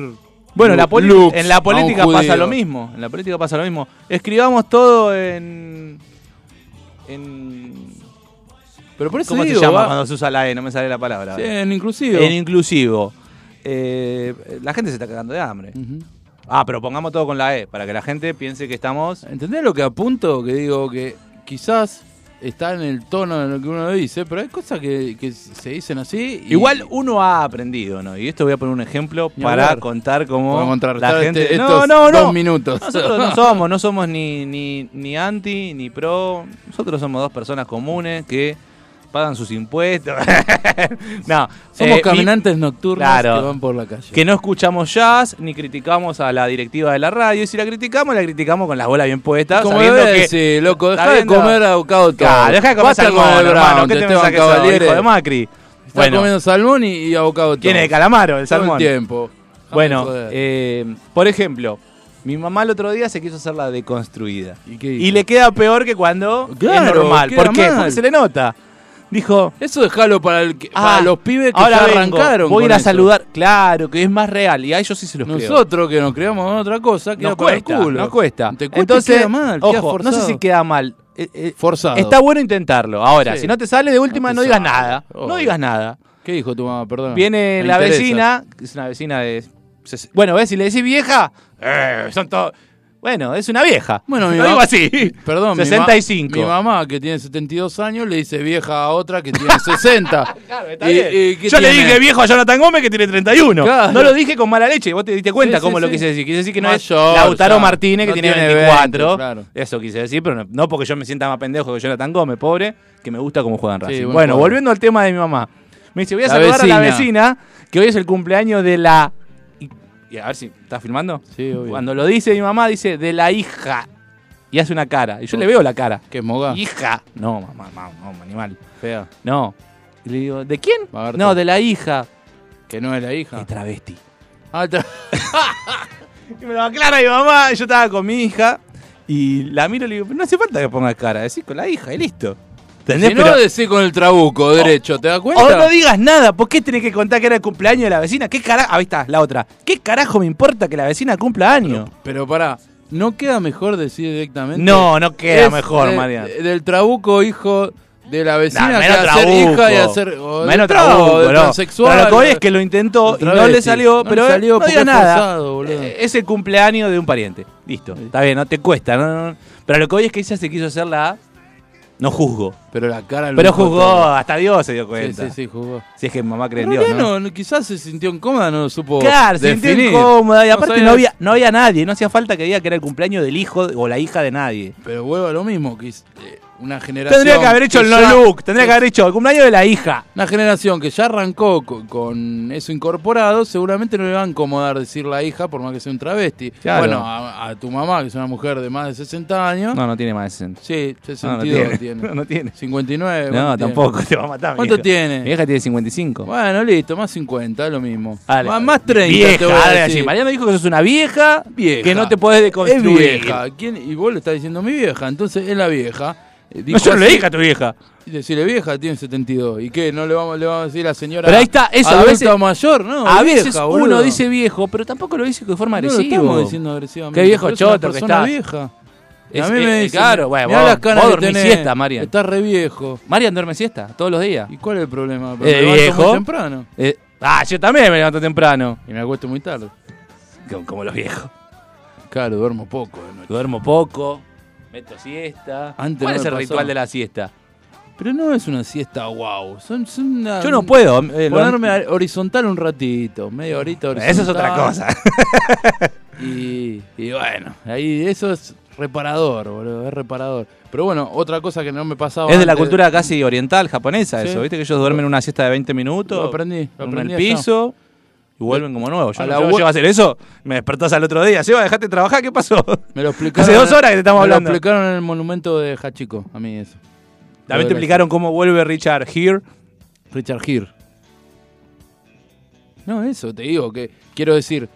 Speaker 4: Bueno, la poli-
Speaker 5: Lux,
Speaker 4: en la política
Speaker 5: a un
Speaker 4: pasa
Speaker 5: judío.
Speaker 4: lo mismo. En la política pasa lo mismo. Escribamos todo en. en
Speaker 5: Pero por eso
Speaker 4: ¿Cómo
Speaker 5: digo,
Speaker 4: se llama
Speaker 5: va-
Speaker 4: cuando se usa la E? No me sale la palabra.
Speaker 5: Sí, en inclusivo.
Speaker 4: en inclusivo. Eh, la gente se está cagando de hambre.
Speaker 5: Ujú.
Speaker 4: Ah, pero pongamos todo con la E, para que la gente piense que estamos.
Speaker 5: ¿Entendés lo que apunto? Que digo que quizás está en el tono de lo que uno dice, pero hay cosas que, que se dicen así. y-
Speaker 4: Igual uno ha aprendido, ¿no? Y esto voy a poner un ejemplo
Speaker 5: Ni
Speaker 4: para
Speaker 5: hablar.
Speaker 4: contar cómo
Speaker 5: Para contrarrestar
Speaker 4: la gente.
Speaker 5: este-
Speaker 4: no,
Speaker 5: estos
Speaker 4: no, no.
Speaker 5: dos minutos.
Speaker 4: Nosotros no somos, no somos ni, ni, ni anti, ni pro. Nosotros somos dos personas comunes que pagan sus impuestos. no.
Speaker 5: Somos
Speaker 4: eh, mi-
Speaker 5: caminantes nocturnos
Speaker 4: Claro.
Speaker 5: que van por la calle.
Speaker 4: Que no escuchamos jazz ni criticamos a la directiva de la radio. Y si la criticamos, la criticamos con las bolas bien puestas.
Speaker 5: Como
Speaker 4: sabiendo
Speaker 5: debe
Speaker 4: que,
Speaker 5: decir, loco, deja
Speaker 4: sabiendo-
Speaker 5: de comer abocado todo.
Speaker 4: Claro, deja de comer
Speaker 5: Basta
Speaker 4: salmón,
Speaker 5: con el
Speaker 4: hermano.
Speaker 5: Brown,
Speaker 4: ¿Qué te
Speaker 5: Esteban
Speaker 4: pensás que sos,
Speaker 5: Cavaliere.
Speaker 4: hijo de Macri?
Speaker 5: Está
Speaker 4: Bueno,
Speaker 5: comiendo salmón y, y abocado todo.
Speaker 4: tiene de calamaro el
Speaker 5: Todo
Speaker 4: salmón.
Speaker 5: el tiempo. Déjame
Speaker 4: Bueno,
Speaker 5: joder.
Speaker 4: eh, por ejemplo, mi mamá el otro día se quiso hacer la deconstruida.
Speaker 5: ¿Y qué
Speaker 4: Y
Speaker 5: hizo?
Speaker 4: le queda peor que cuando es
Speaker 5: Claro,
Speaker 4: normal.
Speaker 5: queda
Speaker 4: ¿Por qué?
Speaker 5: mal.
Speaker 4: Porque se le nota. Dijo,
Speaker 5: Eso déjalo para, el que- para
Speaker 4: "Ah,
Speaker 5: los pibes que
Speaker 4: ahora
Speaker 5: ya
Speaker 4: vengo,
Speaker 5: arrancaron.
Speaker 4: Voy a
Speaker 5: con
Speaker 4: ir a
Speaker 5: eso.
Speaker 4: saludar. Claro, que es más real. Y a ellos sí se los creo.
Speaker 5: Nosotros que nos creamos en otra cosa, queda
Speaker 4: nos
Speaker 5: para el
Speaker 4: cuesta,
Speaker 5: culo.
Speaker 4: nos cuesta.
Speaker 5: Te cuesta y
Speaker 4: Entonces,
Speaker 5: queda mal, queda
Speaker 4: ojo, no sé
Speaker 5: forzado.
Speaker 4: si queda mal. Eh, eh,
Speaker 5: Forzado.
Speaker 4: Está bueno intentarlo. Ahora,
Speaker 5: Sí.
Speaker 4: si no te sale de última,
Speaker 5: te
Speaker 4: no, digas
Speaker 5: sale.
Speaker 4: nada. No
Speaker 5: Obvio.
Speaker 4: digas nada.
Speaker 5: ¿Qué dijo tu mamá? Perdón.
Speaker 4: Viene
Speaker 5: Me
Speaker 4: la
Speaker 5: interesa.
Speaker 4: vecina, que es una vecina de. ses- Bueno, ves, si le decís vieja, eh, son todos. Bueno, es una vieja.
Speaker 5: Bueno, mi
Speaker 4: lo
Speaker 5: ma-
Speaker 4: digo así.
Speaker 5: Perdón, mi ma-
Speaker 4: 65.
Speaker 5: Mi, mamá, que tiene 72 años, le dice vieja a otra que tiene 60.
Speaker 4: Claro, está
Speaker 5: Y-
Speaker 4: bien.
Speaker 5: y ¿qué
Speaker 4: Yo le
Speaker 5: tiene?
Speaker 4: dije viejo a Jonathan Gómez que tiene 31.
Speaker 5: Claro.
Speaker 4: No lo dije con mala leche. Vos te diste cuenta
Speaker 5: Sí,
Speaker 4: cómo
Speaker 5: sí,
Speaker 4: lo
Speaker 5: sí.
Speaker 4: quise decir. Quise decir que no
Speaker 5: Mayor,
Speaker 4: es Lautaro
Speaker 5: ya.
Speaker 4: Martínez que
Speaker 5: No
Speaker 4: tiene
Speaker 5: tiene
Speaker 4: 24.
Speaker 5: 20, claro.
Speaker 4: Eso quise decir, pero no, no porque yo me sienta más pendejo que Jonathan Gómez, pobre, que me gusta cómo juegan Racing.
Speaker 5: buen
Speaker 4: bueno,
Speaker 5: jugador.
Speaker 4: volviendo al tema de mi mamá. Me dice, voy a
Speaker 5: La
Speaker 4: saludar a la
Speaker 5: vecina.
Speaker 4: vecina, que hoy es el cumpleaños de la... y- y a ver si, ¿estás filmando?
Speaker 5: Sí, obvio.
Speaker 4: Cuando lo dice mi mamá, dice de la hija. Y hace una cara. Y yo le veo la cara.
Speaker 5: Que es mogá.
Speaker 4: Hija. No, mamá, mamá, no, animal.
Speaker 5: Fea.
Speaker 4: No. Y le digo, ¿de quién?
Speaker 5: Magarta.
Speaker 4: No, de la hija.
Speaker 5: Que no es la hija.
Speaker 4: Es travesti.
Speaker 5: Ah, tra-
Speaker 4: Y me lo aclara mi mamá. y Yo estaba con mi hija. Y la miro y le digo, no hace falta que pongas cara. Decís con la hija y listo. ¿Entendés?
Speaker 5: si no
Speaker 4: Pero- Oh,
Speaker 5: decís con el trabuco derecho, ¿te das
Speaker 4: o
Speaker 5: cuenta?
Speaker 4: no digas nada. ¿Por qué tenés que contar que era el cumpleaños de la vecina? ¿Qué carajo? Ahí está, la otra. ¿Qué carajo me importa que la vecina cumpla año?
Speaker 5: Pero pará, ¿no queda mejor decir directamente?
Speaker 4: No, no queda
Speaker 5: Es
Speaker 4: mejor,
Speaker 5: de-
Speaker 4: Mariano.
Speaker 5: de- Del trabuco, hijo de la vecina,
Speaker 4: Nah,
Speaker 5: que
Speaker 4: menos
Speaker 5: hacer
Speaker 4: trabuco.
Speaker 5: hija y hacer. o de
Speaker 4: menos
Speaker 5: tra- o
Speaker 4: trabuco,
Speaker 5: de
Speaker 4: no.
Speaker 5: transexual,
Speaker 4: Pero lo que voy es
Speaker 5: o-
Speaker 4: que lo intentó y no
Speaker 5: travesti.
Speaker 4: le salió,
Speaker 5: No le
Speaker 4: pero él
Speaker 5: salió
Speaker 4: no
Speaker 5: porque
Speaker 4: diga
Speaker 5: es
Speaker 4: nada.
Speaker 5: forzado, boludo.
Speaker 4: Eh, es el cumpleaños de un pariente. Listo, está bien, no te cuesta. no, no, no. Pero lo que voy es que ella se quiso hacer la... No juzgo.
Speaker 5: Pero la cara lo
Speaker 4: Pero
Speaker 5: dijo
Speaker 4: juzgó,
Speaker 5: todo.
Speaker 4: hasta Dios se dio
Speaker 5: Sí,
Speaker 4: cuenta.
Speaker 5: sí, sí, jugó.
Speaker 4: Si es que mamá cree en
Speaker 5: Pero
Speaker 4: Dios, ¿no?
Speaker 5: no, no, quizás se sintió incómoda, no lo supo.
Speaker 4: Claro, se sintió
Speaker 5: definir.
Speaker 4: incómoda y aparte
Speaker 5: sabía-
Speaker 4: no, había, no había nadie, no hacía falta que diga que era el cumpleaños del hijo o la hija de nadie.
Speaker 5: Pero vuelvo a lo mismo, que es, eh, una generación.
Speaker 4: Tendría que haber hecho el no
Speaker 5: ya-
Speaker 4: look, tendría que haber hecho el cumpleaños de la hija.
Speaker 5: Una generación que ya arrancó co- con, eso incorporado, seguramente no le va a incomodar decir la hija, por más que sea un travesti.
Speaker 4: Claro.
Speaker 5: Bueno, a, a tu mamá, que es una mujer de más de 60 años.
Speaker 4: No, no tiene más de 60.
Speaker 5: Sí, 62
Speaker 4: No, no tiene.
Speaker 5: tiene.
Speaker 4: No tiene.
Speaker 5: 59.
Speaker 4: No,
Speaker 5: ¿cuánto
Speaker 4: tampoco, te va a matar. mi
Speaker 5: ¿Cuánto
Speaker 4: hija.
Speaker 5: tiene?
Speaker 4: Mi hija tiene 55.
Speaker 5: tiene? Bueno, listo, más 50, lo mismo.
Speaker 4: Dale.
Speaker 5: más, más 30.
Speaker 4: Vieja,
Speaker 5: te voy a
Speaker 4: dale,
Speaker 5: decir.
Speaker 4: sí. Mariano dijo que sos una vieja,
Speaker 5: Vieja.
Speaker 4: que no te podés
Speaker 5: Es
Speaker 4: deconstruir.
Speaker 5: vieja. ¿Quién? Y vos le estás diciendo mi vieja, entonces es la vieja. Eh,
Speaker 4: No,
Speaker 5: dijo
Speaker 4: yo no le
Speaker 5: así,
Speaker 4: dije a tu vieja.
Speaker 5: y Decirle vieja, tiene 72. ¿Y qué? ¿No le vamos, le vamos a decir a la señora
Speaker 4: Pero ahí está, eso, a
Speaker 5: adulta
Speaker 4: veces-
Speaker 5: o mayor? No,
Speaker 4: a
Speaker 5: vieja,
Speaker 4: veces uno
Speaker 5: boludo.
Speaker 4: dice viejo, pero tampoco lo dice de forma
Speaker 5: No lo
Speaker 4: agresiva.
Speaker 5: estamos diciendo agresivamente.
Speaker 4: Qué viejo
Speaker 5: pero es una
Speaker 4: choto que
Speaker 5: persona
Speaker 4: está.
Speaker 5: vieja. Y
Speaker 4: Es-
Speaker 5: a mí
Speaker 4: eh,
Speaker 5: me
Speaker 4: eh,
Speaker 5: dicen,
Speaker 4: claro, bueno,
Speaker 5: mirá
Speaker 4: vos-
Speaker 5: las canas
Speaker 4: vos
Speaker 5: que
Speaker 4: dormís
Speaker 5: tenés,
Speaker 4: siesta, Marian.
Speaker 5: Estás re viejo.
Speaker 4: Marian duerme siesta todos los días.
Speaker 5: ¿Y cuál es el problema?
Speaker 4: Eh,
Speaker 5: me levanto
Speaker 4: viejo.
Speaker 5: muy temprano.
Speaker 4: Eh, ah, yo también me levanto temprano.
Speaker 5: Y me acuesto muy tarde.
Speaker 4: Como, como los viejos.
Speaker 5: Claro, duermo poco de noche.
Speaker 4: Duermo poco, meto siesta.
Speaker 5: Antes
Speaker 4: ¿Cuál
Speaker 5: no
Speaker 4: es
Speaker 5: me
Speaker 4: el
Speaker 5: pasó.
Speaker 4: ritual de la siesta?
Speaker 5: Pero no es una siesta wow. Son, son una-
Speaker 4: Yo no puedo. eh, lo-
Speaker 5: Ah,
Speaker 4: Ah,
Speaker 5: Ponerme a- horizontal un ratito, media horita horizontal.
Speaker 4: Eso es otra cosa.
Speaker 5: Y, y bueno, ahí eso es reparador, boludo, es reparador. Pero bueno, otra cosa que no me pasaba.
Speaker 4: Es de la
Speaker 5: antes-
Speaker 4: cultura casi oriental, japonesa,
Speaker 5: Sí.
Speaker 4: eso. ¿Viste que ellos duermen una siesta de 20 minutos?
Speaker 5: Lo aprendí, lo
Speaker 4: duermen en el
Speaker 5: aprendí allá.
Speaker 4: piso y vuelven como nuevos. Yo,
Speaker 5: A
Speaker 4: no,
Speaker 5: la
Speaker 4: yo
Speaker 5: hue-
Speaker 4: llego a hacer eso, me despertás al otro día. Seba, dejate de trabajar, ¿qué pasó?
Speaker 5: Me lo explicaron.
Speaker 4: Hace dos horas que te estamos
Speaker 5: me
Speaker 4: hablando.
Speaker 5: Lo explicaron en el monumento de Hachiko, a mí eso.
Speaker 4: También te explicaron cómo vuelve Richard Here.
Speaker 5: Richard Gere. No, eso te digo, que quiero decir,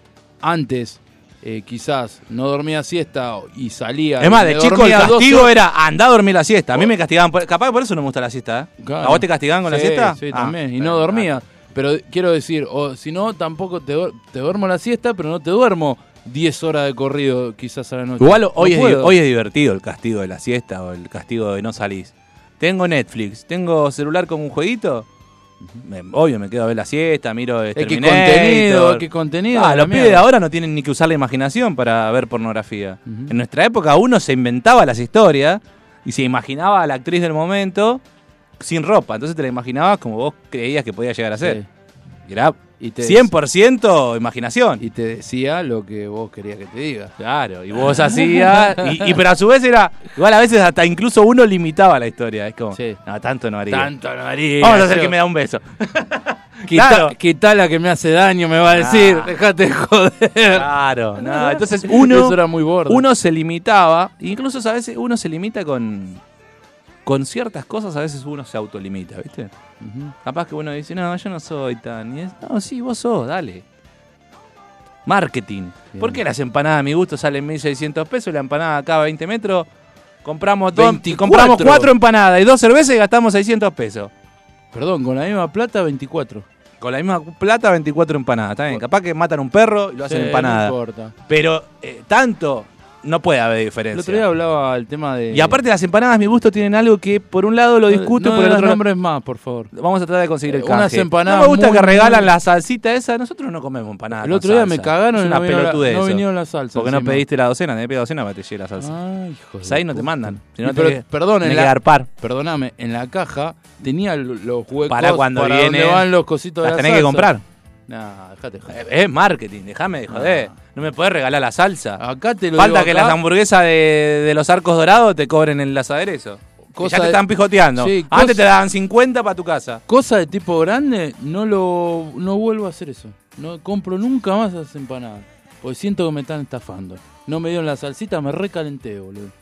Speaker 5: antes eh, quizás no dormía siesta y salía.
Speaker 4: Es más,
Speaker 5: y
Speaker 4: de
Speaker 5: me
Speaker 4: chico el
Speaker 5: dormía dos
Speaker 4: castigo
Speaker 5: horas.
Speaker 4: era andá a dormir la siesta. A mí me castigaban, por- capaz que por eso no me gusta la siesta. ¿eh?
Speaker 5: Claro.
Speaker 4: ¿A vos te castigaban con la
Speaker 5: Sí,
Speaker 4: siesta?
Speaker 5: Sí,
Speaker 4: Ah,
Speaker 5: también, y
Speaker 4: está
Speaker 5: no
Speaker 4: bien,
Speaker 5: dormía.
Speaker 4: está
Speaker 5: pero quiero decir, o si no, tampoco te, duer- te duermo la siesta, pero no te duermo 10 horas de corrido quizás a la noche.
Speaker 4: Igual hoy, es,
Speaker 5: No
Speaker 4: di-
Speaker 5: puedo.
Speaker 4: hoy es divertido el castigo de la siesta o el castigo de no salís. Tengo Netflix, tengo celular con un jueguito. Me- obvio, me quedo a ver la siesta, miro el
Speaker 5: Es que contenido, es que contenido.
Speaker 4: Ah,
Speaker 5: la
Speaker 4: los
Speaker 5: mierda.
Speaker 4: pibes de ahora no tienen ni que usar la imaginación para ver pornografía. En nuestra época uno se inventaba las historias y se imaginaba a la actriz del momento sin ropa. Entonces te la imaginabas como vos creías que podía llegar a ser.
Speaker 5: Sí.
Speaker 4: Y Era
Speaker 5: Y te-
Speaker 4: 100% imaginación.
Speaker 5: Y te decía lo que vos querías que te diga.
Speaker 4: Claro, y vos hacías. Ah. Y, y- pero a su vez era. Igual a veces hasta incluso uno limitaba la historia. Es como.
Speaker 5: Sí.
Speaker 4: No, tanto no haría.
Speaker 5: Tanto no haría.
Speaker 4: Vamos a hacer
Speaker 5: yo.
Speaker 4: que me da un beso.
Speaker 5: Quitá,
Speaker 4: claro.
Speaker 5: quitá la que me hace daño, me va a decir. Dejate de joder.
Speaker 4: Claro, no. Ah. Entonces uno.
Speaker 5: Eso era muy bordo.
Speaker 4: Uno se limitaba. Incluso a veces uno se limita con. Con ciertas cosas a veces uno se autolimita, ¿viste? Capaz que uno dice, no, yo no soy tan. Y es, no, sí, vos sos, dale. Marketing. ¿Por qué las empanadas a mi gusto salen 1.600 pesos? La empanada acá a 20 metros. Compramos, dos-
Speaker 5: 24.
Speaker 4: compramos cuatro empanadas y dos cervezas y gastamos 600 pesos.
Speaker 5: Perdón, con la misma plata, 24.
Speaker 4: Con la misma plata, 24 empanadas. Está bien. Capaz que matan un perro y lo hacen
Speaker 5: Sí,
Speaker 4: empanada.
Speaker 5: No importa.
Speaker 4: Pero eh, tanto no puede haber diferencia.
Speaker 5: El otro día hablaba el tema de.
Speaker 4: Y aparte las empanadas mi gusto tienen algo que por un lado lo discuto y
Speaker 5: no,
Speaker 4: por el
Speaker 5: no
Speaker 4: otro
Speaker 5: los
Speaker 4: lado-
Speaker 5: nombres más, por favor.
Speaker 4: Vamos a tratar de conseguir el
Speaker 5: Eh,
Speaker 4: canje.
Speaker 5: unas empanadas
Speaker 4: No me gusta
Speaker 5: muy,
Speaker 4: que regalan
Speaker 5: muy-
Speaker 4: la salsita esa. Nosotros no comemos empanadas
Speaker 5: El
Speaker 4: con
Speaker 5: otro día
Speaker 4: salsa.
Speaker 5: me cagaron
Speaker 4: Es
Speaker 5: y
Speaker 4: una
Speaker 5: no vinieron la-
Speaker 4: pelotudez
Speaker 5: no
Speaker 4: eso.
Speaker 5: vinieron la salsa
Speaker 4: Porque no
Speaker 5: encima.
Speaker 4: pediste la docena. Tenés que pedir la docena para que te llegue la salsa.
Speaker 5: Ay, hijo de
Speaker 4: O sea, pues ahí no te
Speaker 5: puta.
Speaker 4: mandan. Si
Speaker 5: Y
Speaker 4: no,
Speaker 5: pero-
Speaker 4: tenés que-
Speaker 5: perdón,
Speaker 4: tenés
Speaker 5: en
Speaker 4: que
Speaker 5: la-
Speaker 4: garpar.
Speaker 5: Perdóname, en la caja tenía l- los huecos
Speaker 4: Para cuando
Speaker 5: para
Speaker 4: viene,
Speaker 5: donde van los cositos de
Speaker 4: Las
Speaker 5: la
Speaker 4: tenés que
Speaker 5: salsa.
Speaker 4: comprar. Eh,
Speaker 5: Nah, dejate joder.
Speaker 4: Es marketing, déjame de joder.
Speaker 5: Ah.
Speaker 4: No me podés regalar la salsa.
Speaker 5: Acá te lo
Speaker 4: Falta
Speaker 5: digo
Speaker 4: que
Speaker 5: acá.
Speaker 4: las hamburguesas de, de los arcos dorados te cobren el aderezo. ya
Speaker 5: Cosa
Speaker 4: te
Speaker 5: de-
Speaker 4: están pijoteando.
Speaker 5: Sí,
Speaker 4: Antes
Speaker 5: cosa-
Speaker 4: te daban 50 para tu casa.
Speaker 5: Cosa de tipo grande, no lo no vuelvo a hacer eso. No compro nunca más esas empanadas. Porque siento que me están estafando. No me dieron la salsita, me recalenté, boludo.